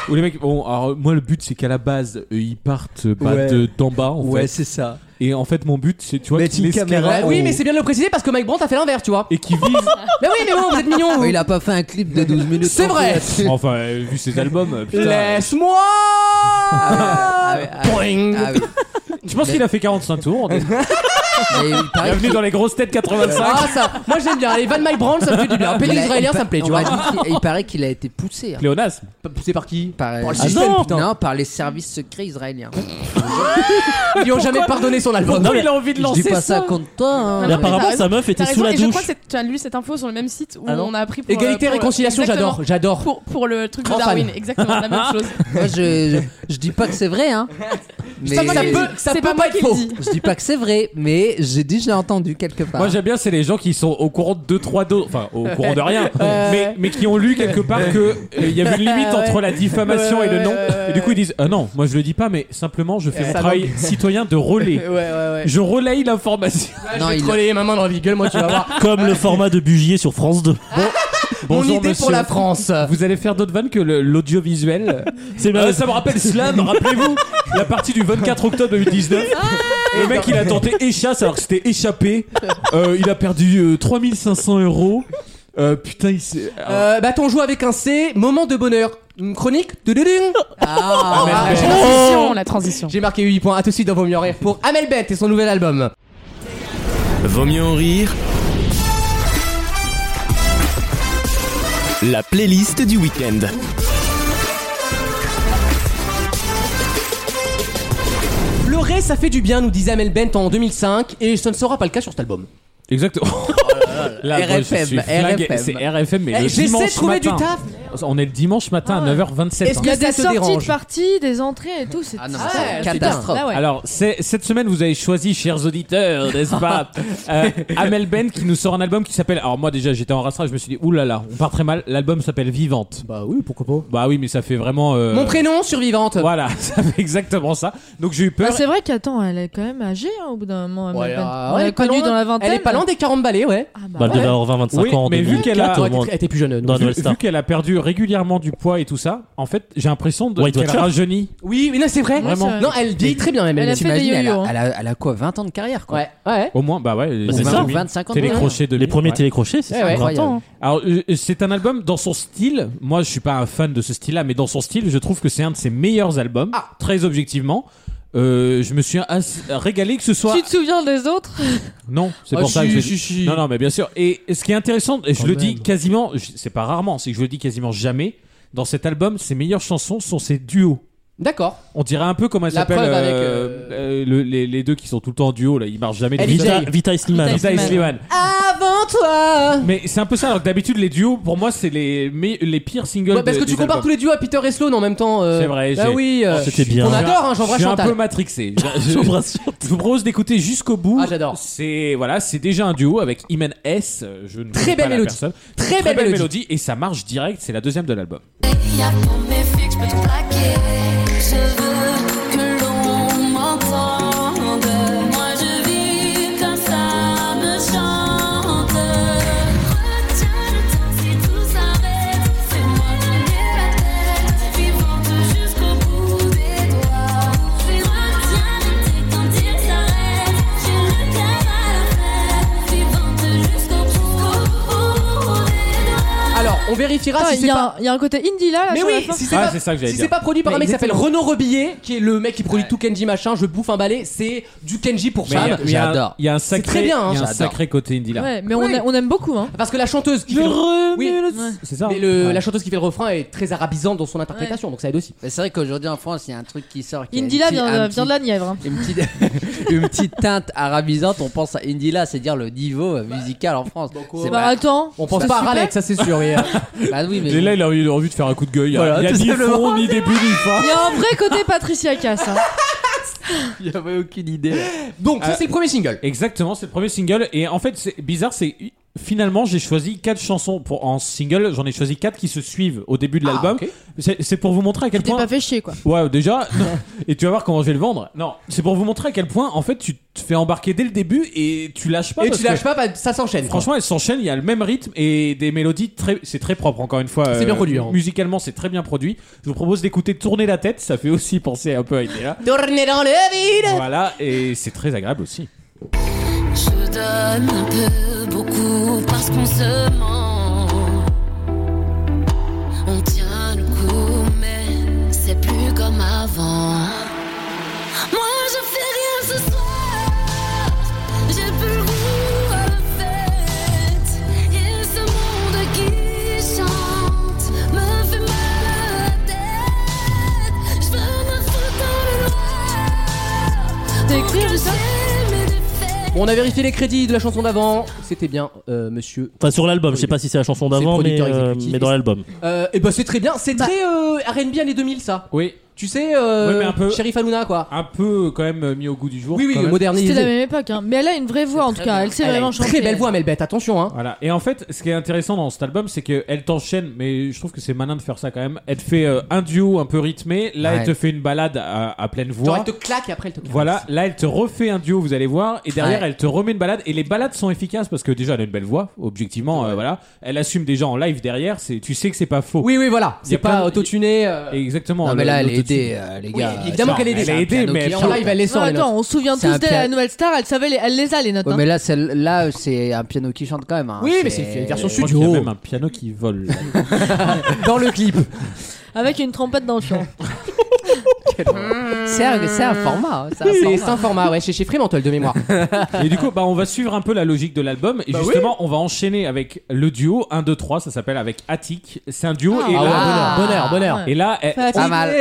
où les mecs, bon, alors moi le but c'est qu'à la base euh, ils partent bah,
Ouais.
de- d'en bas, en
Ouais,
fait.
c'est ça.
et en fait mon but c'est, tu vois,
Mettre
qu'ils
une caméra.
Bah
escaladent
oui,
au-
mais c'est bien de le préciser parce que Mike Brandt a fait l'inverse, tu vois.
et qui visent.
Mais oui, mais bon, vous êtes mignons.
Oh, il a pas fait un clip de 12 minutes.
C'est
non plus
vrai.
là-dessus.
enfin, euh, vu ses albums, euh, putain.
Laisse-moi.
Ah ouais, ah ouais,
Boing.
ah oui. Ah
Je pense qu'il a fait 45 tours. on est-
Mais il paraît
Bienvenue
qu'il-
dans les grosses têtes 85.
Ah ça, moi j'aime bien. Les Van Mike Brandt, ça me fait du bien. Pédé
il a-
israélien,
il
ça me plaît,
pa-
tu
on
vois.
m'a dit qu'il- il paraît qu'il a été poussé. hein.
Pléonasme.
Poussé par qui
Par,
Par le
Ah
système,
non,
putain.
non, par les services secrets israéliens.
Ils lui ont jamais pardonné son album.
Non, mais-
Il a envie de
Je
lancer
dis pas ça contre toi. hein.
Non,
Mais
mais t'as
apparemment,
raison.
sa meuf était
T'as
sous
raison,
la
et je crois
douche.
que c'est- tu as lu cette info sur le même site où
Ah non.
on a appris pour.
Égalité,
euh, pour-
réconciliation,
exactement.
j'adore, j'adore.
Pour, pour le truc de
Grand fan.
Darwin, exactement, la même chose.
Moi, je, je, je dis pas que c'est vrai, hein. Mais
Ça, ça peut, ça
C'est
peut
pas
pas
moi
être
qui le
faux.
dis.
Je dis pas que c'est vrai, mais j'ai dit, je l'ai entendu quelque part.
Moi j'aime bien, c'est les gens qui sont au courant de 2 3 dos, enfin au courant de rien, mais, mais qui ont lu quelque part que euh, il y avait une limite entre la diffamation et le non. Et du coup ils disent ah non, moi je le dis pas mais simplement je fais mon
Ça
travail citoyen de relais.
Ouais, ouais,
Je relaye l'information.
ouais.
Non,
Ah, je vais
il-
te relayer ma main dans la vie, gueule, moi tu vas voir.
Comme le format de Bugier sur France 2.
Mon
Bonjour,
idée pour
monsieur.
la France.
Vous allez faire d'autres vannes que le- l'audiovisuel.
C'est ma-
Euh, ça me rappelle Slam, rappelez-vous, la partie du 24 octobre 2019. Le mec il a tenté échasse alors que c'était échappé. Euh, il a perdu euh, 3500 euros. Euh, putain, il s'est.
Euh, Bâton joue avec un C, moment de bonheur. Une Chronique de
Ah,
Ah, j'ai-
Transition, la transition.
J'ai marqué 8 points, à tout de suite dans Vos mieux en rire pour Amel Bent et son nouvel album.
Vaut mieux en rire. La playlist du week-end.
Pleurer, ça fait du bien, nous disait Amel Bent en 2005, et ce ne sera pas le cas sur cet album.
Exactement.
Oh
Là, moi, je
RFM,
suis flingué.
RFM.
C'est RFM, mais
Eh,
le
J'essaie de
dimanche
trouver du
matin.
taf. Ah
On est le dimanche matin à 9h27.
Est-ce
hein.
Il y a
que ça
des
te
sorties
dérange
de parties, des entrées et tout. C'est
Ah non,
Ah
c'est
ouais, putain,
catastrophe.
là, ouais.
Alors, c'est- cette semaine, vous avez choisi, chers auditeurs, n'est-ce pas euh, Amel Ben qui nous sort un album qui s'appelle. Alors, moi, déjà, j'étais en rastra, je me suis dit, oulala, on part très mal. L'album s'appelle Vivante.
Bah oui, pourquoi pas.
Bah oui, mais ça fait vraiment. euh,
Mon prénom, survivante.
Voilà, ça fait exactement ça. Donc, j'ai eu
Bah,
peur.
Ah,
c'est vrai qu'attends, elle est quand même âgée hein, au bout d'un moment. Amel
Ouais,
Bent.
euh,
on
elle
l'a
est pas
connue
loin-
dans la vingtaine.
Elle est pas loin des 40 balais, ouais.
Ah bah
Bah, elle
ouais.
devait avoir 25
Oui,
ans en
mais vu qu'elle a-
2004 au
Ouais,
moins.
Elle était plus jeune. donc.
Dans
Vu,
Noël Star.
vu qu'elle a perdu régulièrement du poids et tout ça, en fait, j'ai l'impression de
White
qu'elle
Watcher.
rajeunit.
Oui, mais non, c'est vrai.
Ouais, Vraiment. c'est vrai.
Non, elle vieillit très bien, Amel
Elle
Bent.
a fait des
T'imagines, elle,
yo-yo.
a-
hein.
elle a- elle a quoi 20 ans de carrière quoi
Ouais, ouais.
Au moins, bah ouais.
Bah,
Ou
c'est
20,
ça.
ou 25 ans de carrière.
Télécrochet de
Les premiers
ouais.
télécrochés, c'est
Ouais, Eh ouais.
ça.
Incroyable.
Alors, euh, c'est un album dans son style. Moi, je suis pas un fan de ce style-là, mais dans son style, je trouve que c'est un de ses meilleurs albums,
Ah.
très objectivement. Euh, je me suis ass- régalé que ce soit.
Tu te souviens des autres
Non, c'est
Ah,
pour ça
si,
que je
si, si.
Non, non, mais bien sûr. Et ce qui est intéressant, et je
Quand
le
même.
dis quasiment, je- c'est pas rarement, c'est que je le dis quasiment jamais. Dans cet album, ses meilleures chansons sont ses duos.
D'accord.
On dirait un peu comment elle
La
s'appelle
preuve avec,
euh, euh, le- les, les deux qui sont tout le temps en duo là, ils marchent jamais.
Elle
les
est
deux.
Vita,
Vitaille.
Vita et Slimane.
Vitaille.
Vita et Slimane.
Avant toi.
Mais c'est un peu ça. Alors que d'habitude les duos, pour moi, c'est les me- les pires singles.
Ouais, parce
de-
que tu
des
compares
albums.
tous les duos à Peter et Sloan en même temps. euh,
C'est vrai,
Bah
j'ai-
oui. euh,
Ah, C'était bien.
On adore, hein, Jean-Vrai
Je suis un peu
Chantal.
matrixé. Je- je- Je vous propose d'écouter jusqu'au bout.
Ah, j'adore.
C'est voilà, c'est déjà un duo avec Iman S. euh, Je ne
Très
connais
belle
pas la
mélodie.
personne.
Très
Très
belle mélodie.
et ça marche direct. C'est la deuxième de l'album.
Y'a pour mes filles que je peux te plaquer. Je veux que l'on m'entende. Moi je vis comme ça me chante. Retiens le temps si tout s'arrête. C'est moi qui mets la tête. Vivante jusqu'au bout des doigts. Retiens l'été quand il s'arrête. J'ai le cœur à la fête.
On vérifiera
Ah,
Attends,
si c'est
y a
pas.
un- y a un côté indie là, là,
Mais
sur la
oui,
fin.
si c'est
Ah,
pas,
c'est ça que j'allais
si
dire.
c'est pas produit par
Mais
un mec qui s'appelle
exactement.
Renaud Rebillet, qui est le mec qui produit tout Kenji machin, je bouffe un balai, c'est du Kenji pour
Mais il y
femmes.
a- il y a un- Il y a un sacré,
très bien, hein.
il y a un
J'adore.
sacré côté indie là.
Ouais, mais on,
Oui.
a- on aime beaucoup hein.
Parce que la chanteuse qui fait le- Oui.
C'est ça.
Mais le-
Ouais.
la chanteuse qui fait le refrain est très arabisante dans son interprétation, donc ça aide aussi.
Mais C'est vrai qu'aujourd'hui en France, il y a un truc qui sort. qui a
Indila
une petite-
vient,
un
de- vient de la Nièvre. hein.
petit- Une petite, une petite teinte arabisante, on pense à Indila, c'est dire le niveau euh, musical en France. C'est
Bah attends,
On pense
Ça
pas à
super.
Ralex, ça c'est sûr. et, euh,
bah oui, mais
Et là, il a eu envie de faire un coup de gueule. Il y a-
Voilà,
il y a
tout
ni
simplement.
fond, ni début, ni fin.
il y a un vrai côté Patricia Cass. hein.
il n'y avait aucune idée.
Donc ça
Euh,
c'est le premier single.
Exactement, c'est le premier single. Et en fait, c'est bizarre, c'est finalement j'ai choisi quatre chansons pour en single. J'en ai choisi quatre qui se suivent au début de l'album.
Ah, ok.
C'est- C'est pour vous montrer à quel
T'es
point.
pas fait chier quoi.
Ouais, déjà. non. et tu vas voir comment je vais le vendre. Non, c'est pour vous montrer à quel point en fait tu te fais embarquer dès le début et tu lâches pas.
Et
parce
tu
que,
lâches pas, bah, ça s'enchaîne.
Franchement, elles s'enchaînent. Il y a le même rythme et des mélodies très. C'est très propre encore une fois. euh,
C'est bien produit, hein.
Musicalement, c'est très bien produit. Je vous propose d'écouter Tourner la tête. Ça fait aussi penser un peu à Idea.
Tourner dans le vide.
voilà, et c'est très agréable aussi.
Je donne un peu beaucoup parce qu'on se ment. On tient le coup, mais c'est plus comme avant. Moi je fais rien ce soir. J'ai plus le goût à la fête. Et ce monde qui chante me fait mal à la tête. Je veux me foutre dans le noir.
T'as écrit,
Pour
Justin
cacher mes défaites.
Bon, on a vérifié les crédits de la chanson d'avant. C'était bien, euh, monsieur.
Enfin, sur l'album, je sais pas si c'est la chanson
C'est
d'avant, mais,
producteur
euh,
exécutif.
mais dans l'album.
Euh, et bah c'est très bien. C'est très euh, R&B années 2000 ça.
Oui,
Tu sais, euh,
Ouais, mais un peu-
Sheriff Hanouna quoi.
un peu euh, quand même mis au goût du jour.
Oui, oui,
quand même.
modernisé.
C'était la même époque, hein. mais elle a une vraie voix en tout cas, elle sait
Elle a
vraiment
une
chanter.
Très belle
elle.
voix, Melbeth. Attention, hein.
Voilà. Et en fait, ce qui est intéressant dans cet album, c'est qu'elle t'enchaîne, mais je trouve que c'est malin de faire ça quand même. Elle te fait euh, un duo un peu rythmé, là
Ouais.
elle te fait une balade à, à pleine
Genre, elle
voix.
te claque et après elle te claque.
Voilà, là elle te refait un duo, vous allez voir, et derrière
Ouais.
elle te remet une balade. Et les balades sont efficaces parce que déjà elle a une belle voix, objectivement, euh, voilà. Elle assume déjà en live derrière, c'est, tu sais que c'est pas faux.
Oui, oui, voilà.
Il y a
C'est pas
plein de-
autotuné. euh,
Exactement.
Non, mais
le-
là, elle est
l'autotune.
aidée, euh, les
Oui,
gars.
évidemment qu'elle est aidée.
elle est aidée, mais
Et
elle
en live, elle les
Non,
sort les
attends,
notes.
on se souvient
C'est
tous
un
d'elle,
pia-
la nouvelle star, elle savait, les- elle les a les notes.
Ouais,
hein.
mais là, celle- là c'est un piano qui chante quand même. hein.
Oui, mais c'est une version
Je crois
studio.
qu'il y a même un piano qui vole.
Dans le clip.
Avec une trompette dans le chant.
C'est un, c'est un format. hein, c'est un
C'est
format.
un format, ouais, chez chez Fremantle de mémoire.
Et du coup, bah, on va suivre un peu la logique de l'album.
Bah
Et justement, on va enchaîner avec le duo 1, 2, 3. Ça s'appelle avec Attic. C'est un duo. et,
Ah ouais,
là,
bonheur, Ah, bonheur, bonheur.
et là, eh,
Fatigué.
Pas mal.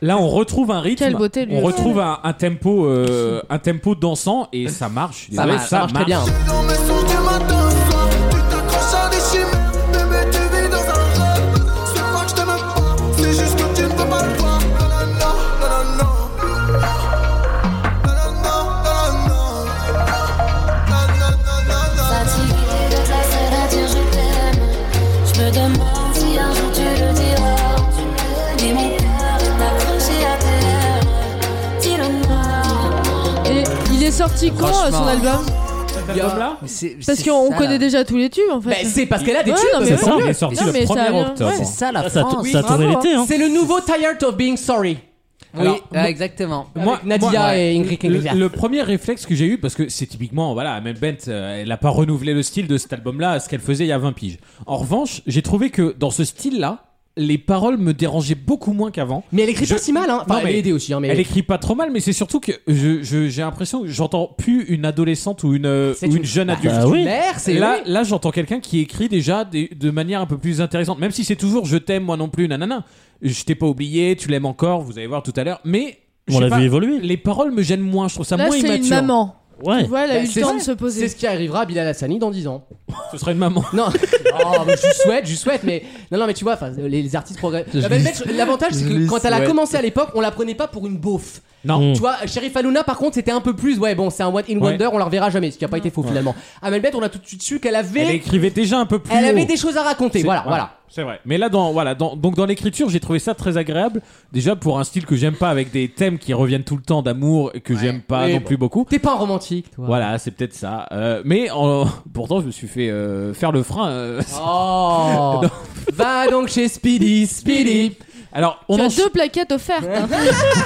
là, on retrouve un rythme.
Quelle beauté, lui
on
aussi.
retrouve un, un tempo, euh, un tempo dansant. Et ça marche.
Ça, marche, ça marche très bien.
Non mais son Dieu m'attend soir Tu t'accroches à des chimères Bébé tu vis dans un rêve C'est pas que je t'aime pas C'est juste que tu ne peux pas le voir Nanana, nanana Nanana, nanana Nanana,
Fatiguée d'être la seule à dire je t'aime Je me demande si un jour tu le diras Et mon cœur est accroché à terre Dis-le moi
Et il est sorti quand euh, son
Franchement.
album
là
nanana
Parce qu'on connaît déjà tous les tubes en fait.
Bah, c'est parce qu'elle a des
Ouais,
tubes.
non, mais
C'est
oui.
ça, il est sorti
Non,
le
mais ça
1er
vient-
octobre.
ouais.
C'est ça la
Ah, Ça, ça,
France.
ça a tourné
bravo.
l'été, hein.
C'est le nouveau Tired of Being Sorry.
Oui, ouais, exactement.
Moi,
Avec Nadia
moi,
et Ingrid Kingelia.
le, le premier réflexe que j'ai eu, parce que c'est typiquement, voilà, Amel Bent, euh, elle n'a pas renouvelé le style de cet album-là à ce qu'elle faisait il y a 20 piges. En revanche, j'ai trouvé que dans ce style-là, les paroles me dérangeaient beaucoup moins qu'avant.
Mais elle écrit
Je-
pas si mal, hein. Enfin,
Non, mais-
elle est aidée aussi, hein. Mais
Elle écrit pas trop mal, mais c'est surtout que je- je- j'ai l'impression que j'entends plus une adolescente ou une, euh,
C'est
ou
une-
une jeune
bah,
adulte.
Ah oui.
Mère, c'est
là,
oui.
là j'entends quelqu'un qui écrit déjà des- de manière un peu plus intéressante, même si c'est toujours je t'aime, moi non plus, nanana. Je t'ai pas oublié, tu l'aimes encore, vous allez voir tout à l'heure, mais. je
On
sais
l'a
pas,
vu évoluer.
les paroles me gênent moins, je trouve ça
Là,
moins
c'est une
immature.
maman. Tu
Ouais.
vois, elle a
Bah,
eu le
c'est
temps
ça.
de se
C'est
poser.
ce qui arrivera à Bilal Hassani dans 10 ans.
Ce serait une maman.
Non, oh, mais je souhaite, je souhaite, mais non, non, mais tu vois, enfin, les, les artistes progressent. La Velvet, L'avantage, c'est que
lui
quand elle a
souhaite.
commencé à l'époque, on la prenait pas pour une beauf.
Non.
Hmm.
Tu vois, Sheriff Aluna, par contre, c'était un peu plus. Ouais, bon, c'est un One in
Hmm. Ouais.
Wonder, on la reverra jamais, ce qui a pas été faux finalement. À Melbeth, on a tout de suite su qu'elle
Elle
avait,
écrivait déjà un peu plus.
elle avait
haut.
des choses à raconter.
C'est-
Voilà, voilà.
C'est vrai. Mais là, dans, voilà, dans- donc dans l'écriture, j'ai trouvé ça très agréable. Déjà pour un style que j'aime pas, avec des thèmes qui reviennent tout le temps d'amour, et que j'aime pas
Et
non
bon.
plus beaucoup.
T'es pas un romantique, toi.
Voilà, c'est peut-être ça. Euh, mais en- pourtant, je me suis fait euh, faire le frein. euh,
Oh, va donc chez Speedy, Speedy.
Alors, on
tu as
enchaîne-
deux plaquettes offertes. hein.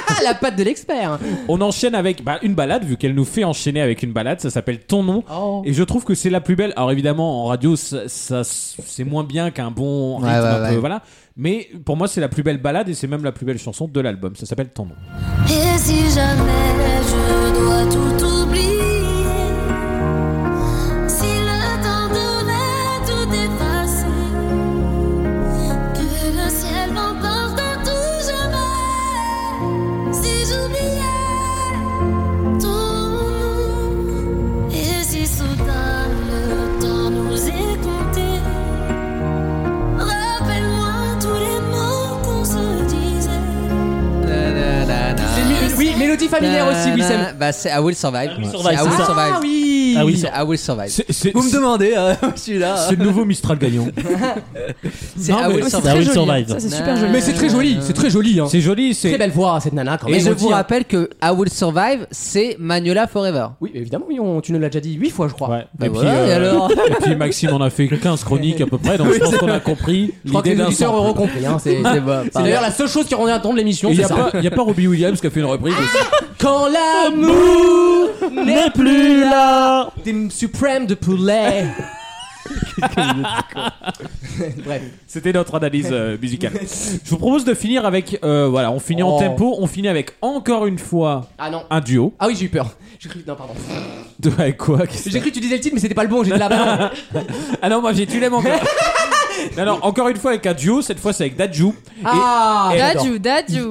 Ah, la patte de l'expert. hein.
On enchaîne avec bah, une balade, vu qu'elle nous fait enchaîner avec une balade, ça s'appelle Ton nom. Et je trouve que c'est la plus belle. Alors évidemment, en radio, ça, ça- c'est moins bien qu'un bon rythme,
Ouais, ouais,
un peu,
ouais.
voilà. Mais pour moi, c'est la plus belle balade et c'est même la plus belle chanson de l'album. Ça s'appelle Ton nom.
Et si jamais je dois tout oublier, si le temps devait tout effacer, que le ciel m'emporte à tout jamais, si j'oubliais ton nom, et si soudain le temps nous est compté, rappelle-moi tous les mots qu'on se disait.
C'est mi- Oui, mélodie familière aussi, oui, Sam.
Bah, c'est I Will Survive.
Will
C'est
Survive,
I Will
c'est ça.
Survive.
Ah oui.
Ah
Ah oui,
oui,
c'est-
I Will Survive.
C'est- c'est-
Vous me
c'est-
demandez,
hein,
euh, celui-là.
C'est le nouveau Mistral gagnant.
C'est
Non,
I
mais-
Will
c'est
Survive.
I Will Survive. Ça,
c'est super joli. Mais c'est très joli, c'est très joli. hein.
C'est joli, c'est.
Très belle voix, cette nana, quand même.
Et je
faut le
vous
dire.
rappelle que I Will Survive, c'est Manuela Forever.
Oui, évidemment, oui, on- tu nous l'as déjà dit huit fois, je crois.
Et, puis, euh,
voilà, et alors
et puis Maxime en a fait 15 chroniques à peu près, donc je pense qu'on a compris.
Je crois que
l'idée
les
d'un
auditeurs
son.
auront compris. hein, C'est c'est- c'est d'ailleurs la seule chose qui revient à temps de l'émission.
Et il
c'est
n'y a,
ça. Ah.
pas- y a pas Robbie Williams qui a fait une reprise aussi.
Quand l'amour n'est plus là, des suprême de poulet. Bref.
C'était notre analyse euh, musicale. Je vous propose de finir avec. euh, voilà, on finit en
Oh.
tempo, on finit avec encore une fois
Ah non.
un duo.
Ah oui, j'ai eu peur. J'ai cru. Non, pardon.
De avec quoi qu'est-ce que
J'ai cru que tu disais le titre, mais c'était pas le bon. J'étais là. bah non.
c'est Ah non, moi j'ai tu l'aimes encore. non, non, encore une fois avec un duo, cette fois c'est avec Dadju. Et-
Ah,
et-
Dadju, Dadju.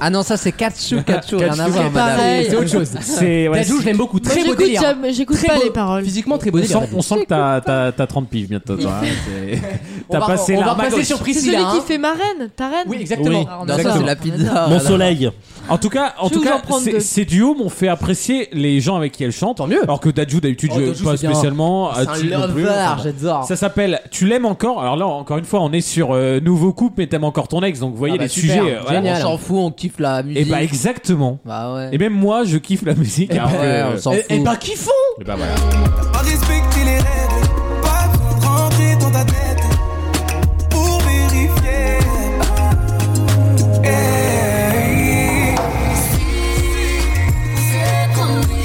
Ah non, ça c'est Katsu, Katsu, rien à
Katsu,
voir,
c'est
madame.
pareil.
C'est autre chose.
C'est. ouais,
Dadju, je l'aime beaucoup.
Moi,
Très beau
j'écoute
délire.
jamais- J'écoute
Très
pas
beau-
les paroles.
Physiquement, très beau
on
délire.
sent, on sent que t'as, t'as, t'as 30 piges bientôt. toi, hein, c'est-
On
T'as
va-
passé
on va
l'arme à
passer
gauche.
sur
C'est celui
Priscilla. hein.
qui fait ma reine, ta reine.
Oui, exactement.
Oui.
Ah, on
Non, ça
adore.
c'est la pizza.
Ah,
Mon soleil.
En tout cas, en
Je
tout
vous
cas
en prends
ces,
deux.
ces duos m'ont fait apprécier les gens avec qui elle chante.
Tant mieux.
Alors que Dadju, d'habitude,
Oh,
je-
Dadju,
pas
c'est bien.
spécialement.
C'est un
Atu non plus,
lover,
enfin, bon.
j'adore.
Ça s'appelle Tu l'aimes encore. Alors là, encore une fois, on est sur euh, nouveau couple, mais t'aimes encore ton ex. Donc vous voyez
Ah bah
les
super,
sujets. euh, voilà.
On
Génial.
s'en fout, on kiffe la
Et
musique.
bah exactement.
Bah ouais.
Et même moi, je kiffe la musique. alors que-
ouais, on s'en fout.
Eh eh ben, kiffons.
Eh bah, voilà.
À respecter les règles, pas besoin de rentrer dans ta tête pour vérifier. Hey.
C'est promis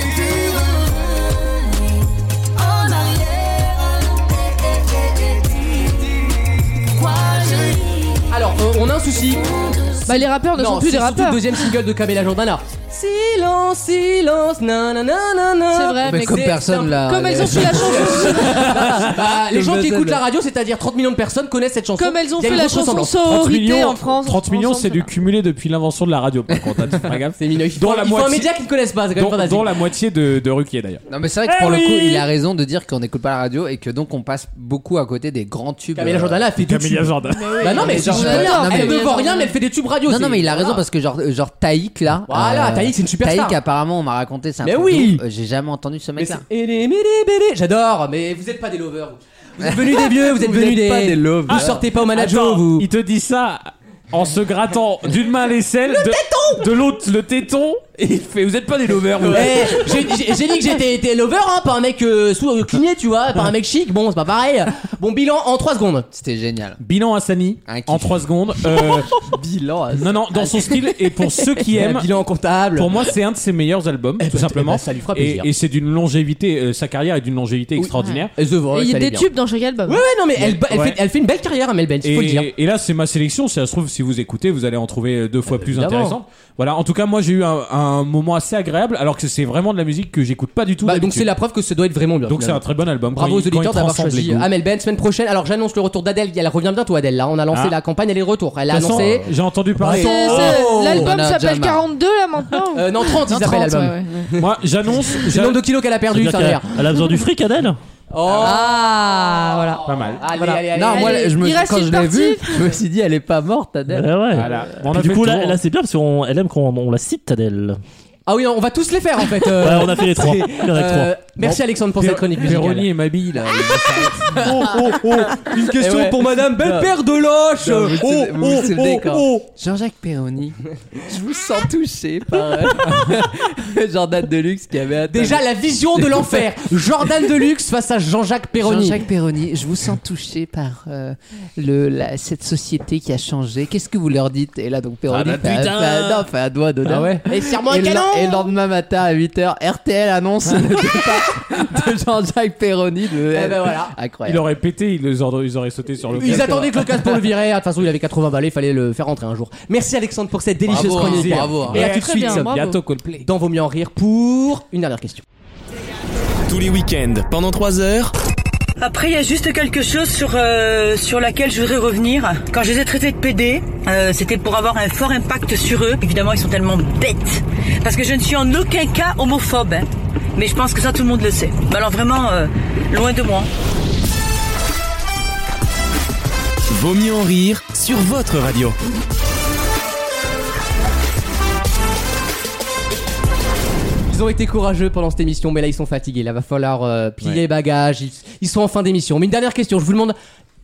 de plus revenir en arrière à l'intérieur. Pourquoi je lis
Alors, euh, on a un souci.
Bah, les rappeurs ne
Non,
sont plus
c'est
des
surtout
rappeurs.
le deuxième single de Camila Jordana. Silence, silence, nanana, nanana.
C'est vrai,
Mais
mais
comme
c'est- c'est
personne
un-
là.
comme elles ont fait la chanson,
Bah, les
Comme
gens qui
Bazel.
écoutent la radio, c'est-à-dire 30 millions de personnes, connaissent cette chanson.
comme elles ont
Il y a
fait
une
la
grosse
chanson
ressemblance.
30
sororité
millions,
en France.
30 millions,
ensemble,
c'est du
ça
cumulé depuis l'invention de la radio, par contre. hein, tu feras gaffe.
C'est minot. Il
Dans
faut,
la
il faut un
moitié-
média qu'ils ne connaissent pas, c'est quand même
Dont,
fantastique.
dont la moitié de, de Ruquier d'ailleurs.
Non mais c'est
Eh
vrai que pour le coup, il a raison de dire qu'on n'écoute pas la radio et que donc on passe beaucoup à côté des grands tubes.
Camila
euh,
Jordana a fait deux tubes.
Camilla Jordan.
Bah non, mais
Mais
c'est
genre,
super
euh,
bien.
non, mais-
Elle ne vend rien, mais elle fait des tubes radio.
Non non mais il a raison parce que genre euh, genre Taïk là.
Voilà,
euh,
Taïk, c'est une superstar.
Taïk apparemment on m'a raconté c'est un
Mais
truc
oui.
de ouf. Euh, J'ai jamais entendu ce
Mais
mec
c'est-
là.
Eh, les, mais les, mais les- J'adore, mais vous êtes pas des lovers. vous. Vous êtes venus des vieux, vous êtes
Vous
venus
êtes
des.
pas des lovers.
Vous sortez pas au manager,
Attends,
vous.
Il te dit ça en se grattant d'une main l'aisselle, de, de l'autre le téton, et il fait Vous êtes pas des lovers, vous.
Eh, j'ai j'ai- j'ai dit que j'étais été lover, hein, pas un mec euh, sous euh, cligné, tu vois, pas un mec chic. Bon, c'est pas pareil. Bon, bilan en 3 secondes.
C'était génial.
Bilan Hassani,
Ah,
Un kiff.
en 3 secondes. Euh,
Bilan.
non, non, dans son style, et pour ceux qui aiment,
bilan comptable.
pour moi, c'est un de ses meilleurs albums,
Eh
tout
ben, eh
simplement.
ben, ça lui fera
et
plaisir.
et c'est d'une longévité, euh, sa carrière est d'une longévité extraordinaire.
Et The Voice,
Et il y a
elle est
des
bien.
tubes dans chaque album.
Ouais, ouais, non, mais elle, elle
Ouais.
fait, elle fait une belle carrière, Amel Bent, il faut le dire.
Et, et là, c'est ma sélection. Si ça se trouve, si vous écoutez, vous allez en trouver euh, deux fois plus
évidemment.
intéressante. Voilà. En tout cas, moi, j'ai eu un, un moment assez agréable, alors que c'est vraiment de la musique que j'écoute pas du tout.
Bah, donc
d'habitude.
c'est la preuve que ça doit être vraiment bien.
Donc c'est
finalement.
un très bon album.
Bravo
Quand
aux
il- quand
auditeurs
il
d'avoir
transcende les
choisi
goûts.
Amel Bent semaine prochaine. Alors j'annonce le retour d'Adèle, elle revient bientôt Adèle là, on a lancé
Ah.
la campagne, elle est de retour. Elle a
De toute façon, euh,
annoncé
J'ai entendu
C'est-
parler.
c'est- L'album
On a
s'appelle
déjà marre.
42 là maintenant.
Euh, non 30 il
Non,
s'appelle
30,
l'album.
ouais, ouais.
Moi, j'annonce.
C'est le nombre de
j'annonce-
kilos qu'elle a
Ça veut
perdu
dire
ça
qu'elle
derrière.
a- Elle a besoin du fric, Adèle
Oh
Ah, voilà.
Pas mal.
Allez,
Voilà.
allez, allez.
non
allez.
moi je me
Il reste
quand
une
je l'ai vu,
partie.
je me suis dit elle est pas morte
Ouais,
Adèle.
Eh ouais.
Voilà. On a
Puis
fait
Du coup,
le
là,
tour.
là, c'est bien parce qu'on elle aime qu'on on la cite, Adèle.
Ah oui, on va tous les faire en fait. euh,
Ouais, on a fait les trois. Il y en a que
euh, Merci Alexandre pour cette chronique musicale.
Véronique et Mabille là.
Oh, oh, oh, une question
Eh ouais.
pour madame belle
Non.
paire de loches.
Non, vous
oh,
savez- vous
oh,
savez le
oh,
décor.
oh.
Jean-Jacques Perroni, je vous sens touché par euh, Jordan Deluxe qui avait atteint-
Déjà la vision de l'enfer. Jordan Deluxe face à Jean-Jacques Perroni.
Jean-Jacques Perroni, je vous sens touché par euh, le, la- cette société qui a changé. Qu'est-ce que vous leur dites Et là, donc Perroni
Ah bah,
fait, un-
putain.
fait un- non, fait un doigt d'honneur.
Ah ouais. Et serre-moi un
Et le-
canon.
Et le lendemain matin à 8h, RTL annonce le départ de Jean-Jacques Perroni. De...
Eh ben voilà.
Incroyable.
Il aurait pété, ils auraient, ils auraient sauté sur le.
Ils attendaient que l'occasion pour le virer. Ah, De toute façon, il avait 80 balais, il fallait le faire rentrer un jour. Merci Alexandre pour cette délicieuse
Bravo,
chronique.
bravo, hein.
Et à
Ouais,
tout de
très
suite.
bien, bravo. Bientôt
Coldplay. Dans Vaut mieux en rire pour une dernière question.
Tous les week-ends, pendant 3 heures.
Après, il y a juste quelque chose sur, euh, sur laquelle je voudrais revenir. Quand je les ai traités de PD, euh, c'était pour avoir un fort impact sur eux. Évidemment, ils sont tellement bêtes. Parce que je ne suis en aucun cas homophobe. hein. Mais je pense que ça, tout le monde le sait. Mais alors vraiment, euh, loin de moi.
Vaut mieux en rire sur votre radio.
Ils ont été courageux pendant cette émission, mais là ils sont fatigués. Là, va falloir euh, plier les bagages. Ils, ils sont en fin d'émission. Mais une dernière question. Je vous demande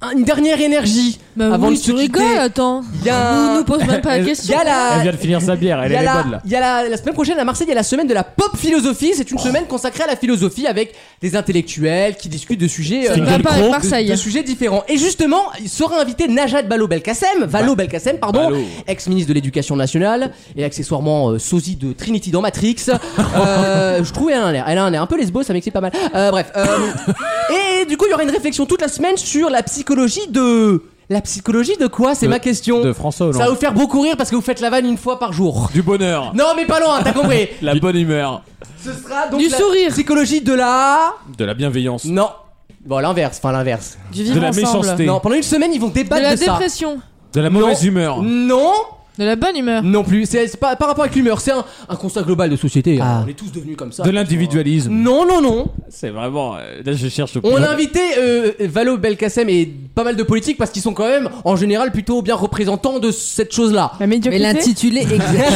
un- une dernière énergie avant
Bah oui,
de se
tu
quitter.
rigoles, attends.
Il y a-
Nous, nous pose même pas la
Il y a
question.
la-
Elle vient de finir sa bière, elle
il y a
elle est
la,
bonne là.
il y a la- la semaine prochaine à Marseille, il y a la semaine de la pop philosophie. C'est une
Oh.
semaine consacrée à la philosophie avec des intellectuels qui discutent de sujets,
Ça ne va pas avec Marseille.
de- de sujets différents. Et justement, il sera invité Najat Balo
Bah.
Belkacem, Valo Belkacem, pardon,
Ballot.
ex-ministre de l'Éducation nationale et accessoirement euh, sosie de Trinity dans Matrix. Euh, je trouve elle a un air, elle a un air un peu lesbo, ça m'excite pas mal. Euh, bref. euh, et du coup, il y aura une réflexion toute la semaine sur la psychologie de la psychologie de quoi C'est
De-
ma question.
de François Hollande.
Ça va vous faire beaucoup rire parce que vous faites la vanne une fois par jour.
Du bonheur,
Non, mais pas loin, t'as compris.
la bonne humeur,
Ce sera Ah, donc
Du
la
sourire.
psychologie de la.
de la bienveillance.
Non. Bon, l'inverse, enfin l'inverse.
Du vivre
De la
ensemble.
méchanceté.
Non, pendant une semaine, ils vont
De
débattre de,
la
ça.
dépression.
De la mauvaise humeur.
Non,
De la bonne humeur.
non plus. C'est c'est pas par rapport avec l'humeur, c'est un, un constat global de société. hein. On est tous devenus comme ça.
De l'individualisme.
Non, non, non.
C'est vraiment. euh, Là, je cherche.
On a invité euh, Valo Belkacem et pas mal de politiques parce qu'ils sont quand même, en général, plutôt bien représentants de cette chose-là.
La
Mais
médiocrité.
l'intitulé exact,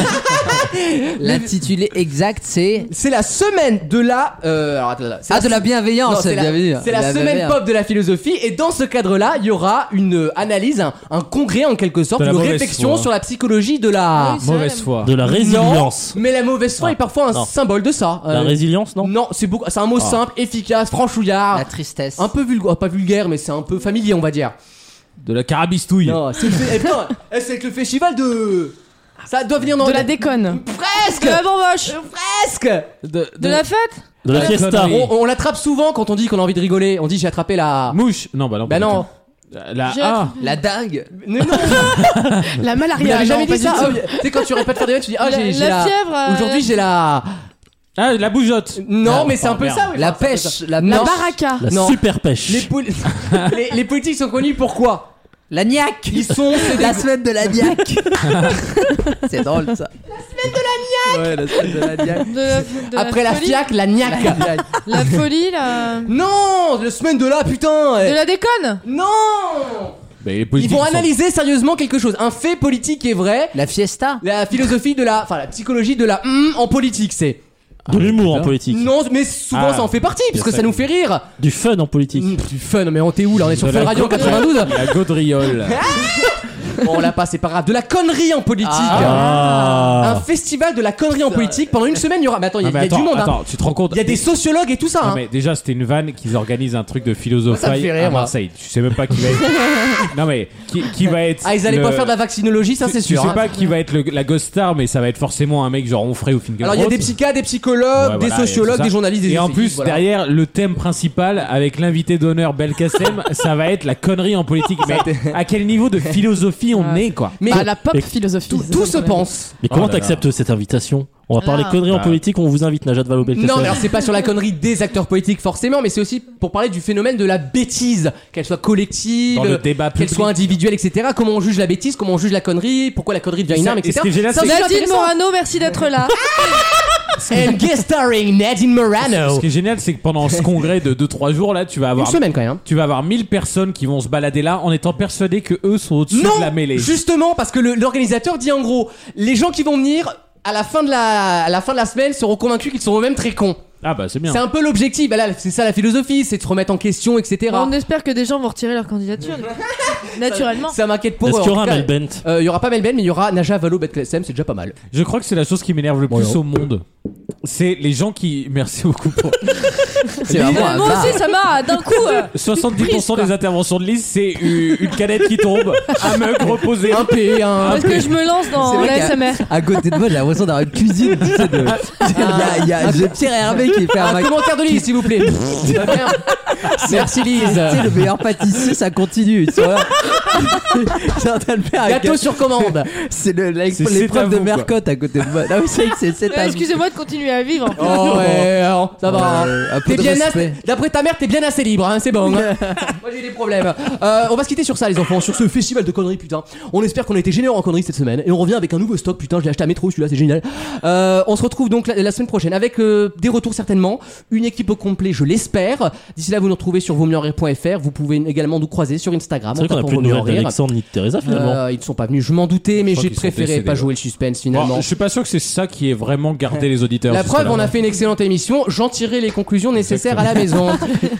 l'intitulé exact, c'est
C'est la semaine de la. euh, alors, attends, attends, c'est
ah de la
Non,
bienveillance.
c'est la,
bienvenue.
c'est la semaine
bienveillance.
pop de la philosophie et dans ce cadre-là, il y aura une euh, analyse, un, un congrès en quelque sorte,
De la
une
mauvaise
réflexion
foi.
sur la psychologie de la...
Oui, c'est
Mauvaise
vrai.
foi.
De la résilience.
Non, mais la mauvaise
Ah.
foi est parfois un
non.
symbole de ça. Euh,
La résilience, non
non, c'est beaucoup, c'est un mot
Ah.
simple, efficace, franchouillard,
La tristesse.
un peu vulgaire, pas vulgaire, mais c'est un peu familier, on va dire.
De la carabistouille.
Non, c'est le, fait- eh, putain, eh, c'est avec le festival de. Ça doit venir dans
De la déconne.
De
presque,
la bamboche.
presque. De,
De la fête.
De la
la
fiesta.
connerie.
On, on l'attrape souvent quand on dit qu'on a envie de rigoler. On dit j'ai attrapé la.
Mouche. Non, bah non.
Bah
pas
non.
du tout. La ah.
J'ai
A.
La dingue.
Mais non.
La
Vous
malaria.
n'avez jamais
non, pas
dit
du
ça
tout.
Ah oui, Tu sais, quand tu répètes faire des vannes, tu dis Ah,
La-
j'ai j'ai
la fièvre, euh,
Aujourd'hui, j'ai la.
Ah, la bougeotte.
Non, mais c'est un
enfin,
peu
merde.
ça, oui.
La
Enfin, c'est un peu ça.
pêche. La
Non.
La
pêche.
baraka.
La
Non.
super pêche.
Les, poli- les, les politiques sont connus pourquoi
La niaque.
Ils sont. c'est des-
La semaine de la niaque. c'est drôle ça. La semaine de la niaque. Ouais, la semaine de la niaque.
De la, de
Après la
folie.
fiac, la niaque.
La folie, la.
Non La semaine de là, putain
De la déconne.
Non
Bah, les
Ils
politiques
vont
sont-
analyser sérieusement quelque chose. Un fait politique est vrai.
La fiesta.
La philosophie de la. Enfin, la psychologie de la. hum en politique, c'est.
De l'humour en politique.
Non, mais souvent
Ah.
ça en fait partie, puisque
ça
ça nous
que-
fait rire.
Du fun en politique.
Hum, Du fun, mais on t'es où là On est sur
De
Fun
la-
Radio 92
La gaudriole.
Ah. Bon, on l'a pas, c'est pas grave. De la connerie en politique. Un
Ah.
festival de la connerie en politique. Pendant une semaine, il y aura. Mais attends, il y,
Non,
a-
mais
il y a
attends,
du monde. hein.
attends, tu te rends compte
Il y a des sociologues et tout ça.
Non,
hein.
mais déjà, c'était une vanne qu'ils organisent un truc de philosophe
Ça me fait rire,
à
moi.
Marseille. Tu sais même pas qui va être. non, mais qui, qui va être.
Ah, ils allaient
le-
pas faire de la vaccinologie, ça
Tu-
c'est
tu
sûr.
sais
hein.
pas qui va être le- la ghost star, mais ça va être forcément un mec genre Onfray ou Fingerbrot.
Alors il y a des psychiatres, des psychologues,
Ouais,
des
voilà, et
sociologues,
tout ça.
des journalistes, des
Et en
essayistes,
plus,
voilà.
derrière, le thème principal avec l'invité d'honneur Belkacem, ça va être la connerie en politique. Mais à quel niveau de philosophie on est, quoi
Mais
Ah, la pop
Et-
philosophie.
tout,
c'est
tout
ça le
se
problème.
pense.
Mais
Oh
comment
là là.
t'acceptes cette invitation On va parler
Ah.
conneries en
Bah.
politique, on vous invite Najat Vallaud
Non, mais alors
Belkacem.
c'est pas sur la connerie des acteurs politiques forcément, mais c'est aussi pour parler du phénomène de la bêtise, qu'elle soit collective,
Dans le débat
qu'elle
public.
soit individuelle, etc. Comment on juge la bêtise, comment on juge la connerie, pourquoi la connerie devient une
Ça-
arme,
et ce
etc.
qui est génial,
Ça,
c'est-
c'est
Nadine
intéressant.
Morano, merci d'être là.
And guest starring Nadine
Ce
Morano.
qui est génial, c'est que pendant ce congrès de 2-3 jours, là, tu vas
Une
avoir.
semaine quand même.
Tu vas avoir 1000 personnes qui vont se balader là en étant persuadés que eux sont au-dessus
Non,
de la mêlée.
justement, parce que le- l'organisateur dit en gros, les gens qui vont venir à la fin de la, à la fin de la semaine seront convaincus qu'ils sont eux-mêmes très cons.
Ah bah c'est bien.
C'est un peu l'objectif, bah là, c'est ça la philosophie, c'est de se remettre en question, etc.
On espère que des gens vont retirer leur candidature. Naturellement.
Ça m'inquiète pour
Est-ce
eux,
qu'il y
en
aura
tout cas.
Melbent
Euh, Il y aura pas Melbent, mais il y aura Naja Valo Betklesem, c'est déjà pas mal.
Je crois que c'est la chose qui m'énerve le plus au monde. C'est les gens qui. Merci beaucoup pour.
C'est
Les-
vraiment un
Moi aussi, ça m'a d'un coup. euh,
70% des interventions de Lise, c'est euh, une canette qui tombe, un mug reposé.
Un P, un.
Ah,
Parce que je me lance
C'est
dans
vrai
la
qu'à-
SMR.
À côté de moi, j'ai l'impression d'avoir une cuisine. Tu sais, de... il y a, il y a- j'ai Pierre Hervé qui fait un,
Ah. Un
mac-
commentaire de Lise, s'il vous plaît. Très bien. Merci Lise.
Tu sais, le meilleur pâtissier, ça continue. Ils sont là. J'ai en train de faire un
Gâteau
gâteau.
sur commande.
C'est le- la-
C'est- c'est à
l'épreuve de
vous, quoi.
Mercotte à côté de moi. Non, mais c'est c'est- c'est
Euh,
à-
Excusez-moi de continuer à vivre.
Oh ouais, alors, ça va. hein.
Euh, un peu
T'es
de
bien
respect.
assez- D'après ta mère, t'es bien assez libre, hein, c'est bon. hein. Moi j'ai des problèmes. Euh, on va se quitter sur ça, les enfants, sur ce festival de conneries, putain. On espère qu'on a été généreux en conneries cette semaine et on revient avec un nouveau stock, putain. Je l'ai acheté à métro, celui-là, c'est génial. Euh, on se retrouve donc la, la semaine prochaine avec euh, des retours certainement, une équipe au complet, je l'espère. D'ici là, vous nous retrouvez sur vosmieuxenrire.fr. Vous pouvez également nous croiser sur Instagram.
C'est vrai
en
qu'on a
tapant
plus de
Vaut mieux en
nouvelles
rire.
d'Alexandre ni de Teresa finalement.
Euh, ils ne sont pas venus, je m'en doutais, mais
crois
j'ai
qu'ils sont
préféré
décédés,
pas
ouais.
jouer le suspense
Bon,
finalement.
je suis pas sûr que c'est ça qui ait vraiment gardé les auditeurs.
La
jusque-là.
preuve, on a fait une excellente émission. J'en tirerai les conclusions nécessaires à la maison.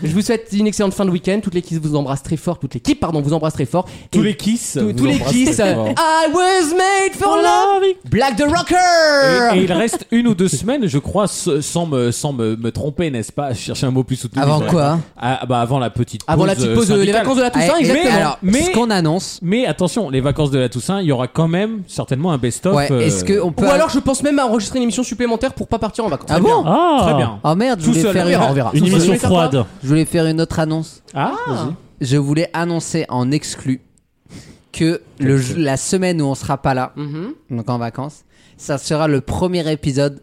Je vous souhaite une excellente fin de week-end. Toute l'équipe vous embrasse très fort. Toute l'équipe, pardon, vous embrasse très fort.
Tous
Et
les kisses.
tous-
vous
tous les
embrassez
kisses.
fort.
I was made for love. Black the rocker.
Et, et il reste une ou deux semaines, je crois, s- sans me, sans me, me tromper, n'est-ce pas Je cherchais un mot plus soutenu.
Avant
mais-
quoi
Ah, bah, Avant la petite pause.
Avant la petite
euh,
pause, euh, les
syndicale.
vacances de la Toussaint,
Eh, mais-
exactement.
alors,
Mais-
ce qu'on annonce.
Mais attention, les vacances de la Toussaint, il y aura quand même certainement un best-of.
Ouais,
euh,
est-ce qu'on peut.
Ou alors, je pense même à enregistrer une émission supplémentaire pour pas partir en vacances.
Ah bon
Ah
Très bien.
Oh merde, je
Tout
voulais,
seul, Ah,
faire
on
une...
verra,
on verra.
Une
Tout
émission
seul, ça va
froide.
je voulais faire une autre annonce.
Ah,
Je voulais annoncer en exclu que le, la semaine où on sera pas là,
Mhm.
donc en vacances, ça sera le premier épisode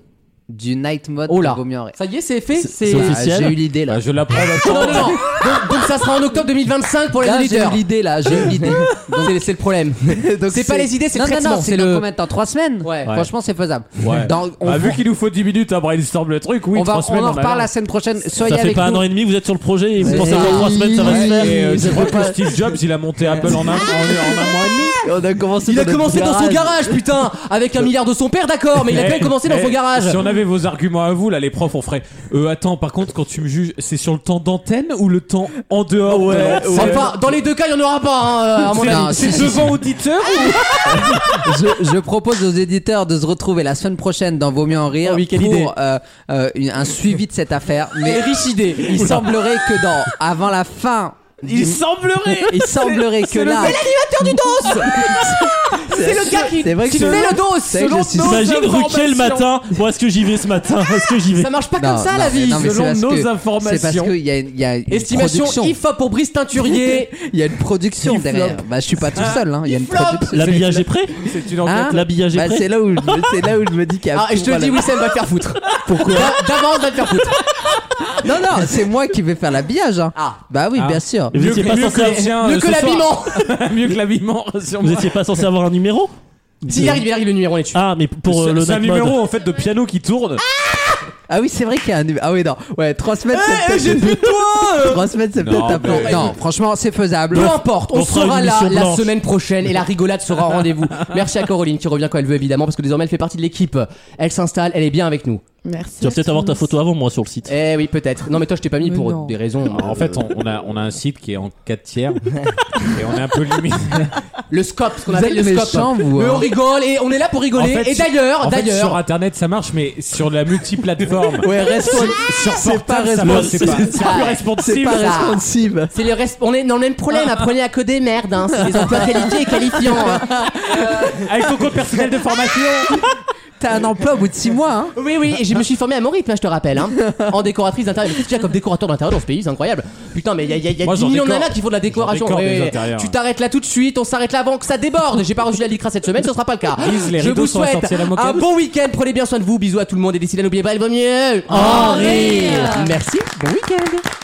du Night Mode
Oh là.
de Vaut mieux en rire.
Ça y est, c'est fait. C'est.
c'est
Ah,
officiel.
J'ai eu l'idée là.
Bah, je l'apprends.
Non, non, non. Donc, donc ça sera en octobre 2025 pour les
Là, j'ai eu
auditeurs.
l'idée là, j'ai eu l'idée.
C'est c'est le problème.
Donc,
C'est pas les idées, c'est le
Non, non, non,
traitement, c'est
dans
le-
combien de temps Trois semaines
Ouais.
Franchement, c'est faisable.
Ouais.
Dans- on,
Bah, vu qu'il nous faut 10 minutes à brainstorm le truc, oui,
on va,
trois semaines,
on en
a
reparle
l'air.
la semaine prochaine. Soyez
Ça fait
avec
pas un
nous.
an et demi, vous êtes sur le projet et vous
C'est
pensez qu'en
ça.
trois semaines ça va se
Ouais.
faire.
Et euh,
C'est
je crois que
pas-
Steve Jobs, il a monté Apple en un, en, en un mois et demi.
On a commencé
Il a
notre
commencé dans son garage, putain, avec un milliard de son père, d'accord, mais il a quand même
Eh,
commencé dans
eh,
son garage.
Si on avait vos arguments à vous, là, les profs, on ferait. Euh, attends, par contre, quand tu me juges, c'est sur le temps d'antenne ou le temps en dehors de l'antenne
Enfin, dans les deux cas, il n'y en aura pas, hein, à mon
C'est-
avis.
Non, si,
C'est
si,
devant auditeur ou-
je, je propose aux éditeurs de se retrouver la semaine prochaine dans Vaut mieux en rire
Oh oui, quelle idée.
pour euh, euh, une- un suivi de cette affaire. Mais
riche idée.
il semblerait que dans avant la fin,
Il semblerait
il semblerait que là,
C'est le gars qui,
C'est vrai que
qui
c'est-
fait le dos.
c'est
selon
que je suis-
nos
Imagine Ruquier le
informations.
matin. Bon, est-ce que j'y vais ce matin Est-ce que j'y vais
Ça marche pas
Non,
comme ça
non,
la
mais-
vie.
non, mais c'est
selon
parce
nos
que- c'est parce
informations.
qu'il y a, il y a une
Estimation
production.
IFA pour Brice Teinturier.
Il y a une production
Il floppe. Ah,
derrière. Bah, je suis pas tout seul. hein, Il y a une
floppe.
production.
L'habillage est prêt
C'est une enquête.
Hein
L'habillage est
Bah,
prêt
c'est là où je, c'est là où je me dis qu'il y a.
Ah, et je te
voilà.
dis, Wissem va te faire foutre. Pourquoi D'avance, va te faire foutre.
Non, non, c'est moi qui vais faire l'habillage. hein.
Ah.
Bah oui, bien sûr.
Et vous
Mieux
étiez
que
pas
mieux
censé
que
avoir-
le tien, euh,
Mieux que
ce
l'habillement.
soir. Mieux que l'habillement,
vous
rassure-moi.
étiez pas censé avoir un numéro
S'il arrive, il arrive le numéro, on est dessus.
Ah, mais pour euh,
C'est
le
c'est un
night mode.
numéro en fait de piano qui tourne.
Ah oui, c'est vrai qu'il y a un. Ah oui, non. Ouais, trois semaines.
Eh,
c'est peut-être- Trois semaines, c'est
Non,
peut-être un peu.
mais-
Non, franchement, c'est faisable.
Peu importe, on,
on fera
sera
une
là
émission
la
blanche.
semaine prochaine et la rigolade sera au rendez-vous. Merci à Coraline qui revient quand elle veut évidemment parce que désormais elle fait partie de l'équipe. Elle s'installe, elle est bien avec nous.
Merci.
Tu vas peut-être
à
avoir ta
tous.
photo avant moi sur le site.
Eh oui, peut-être. Non mais toi je t'ai pas mis
Mais
pour
non.
des raisons.
En fait, on, on a, on a un site qui est en 4 tiers et on est un peu limité.
Le scope, ce qu'on
Vous
appelle
êtes
le
méchants,
scope.
vous,
Mais
hein.
on rigole et on est là pour rigoler.
En fait,
et
sur-
d'ailleurs,
en fait, Sur
d'ailleurs.
internet ça marche, mais sur la multiplateforme.
Ouais, respon-
Sur
c'est pas
portable, ça
respon-
marche, Eh,
Euh,
c'est pas-
c'est
c'est
pas-
plus responsive.
Ah, C'est pas
ça.
responsive.
C'est les resp- on est dans le même problème, apprenez à coder merde, hein. c'est les emplois qualifiés et qualifiants. hein.
Avec ton compte personnel de formation.
T'as un emploi au bout de six mois. Hein.
Oui, oui, et je me suis formé à mon rythme, hein, je te rappelle, hein. en décoratrice d'intérieur. Mais Qu'est-ce qu'il y a comme décorateur d'intérieur dans ce pays C'est incroyable. Putain, mais il y a, il y a- il y a
Moi,
10
j'en
millions de
décore.
nanas qui font de la décoration.
décore
Ouais,
des
ouais, ouais.
intérieurs.
Tu t'arrêtes là tout de suite, on s'arrête là avant que ça déborde. J'ai pas reçu la licra cette semaine, ce sera pas le cas.
Lise, les
je
rideaux
vous
sont
souhaite
assortis à la moquette.
un bon week-end, prenez bien soin de vous, bisous à tout le monde et d'ici là, n'oubliez pas, il vaut mieux
En rire.
Merci, bon week-end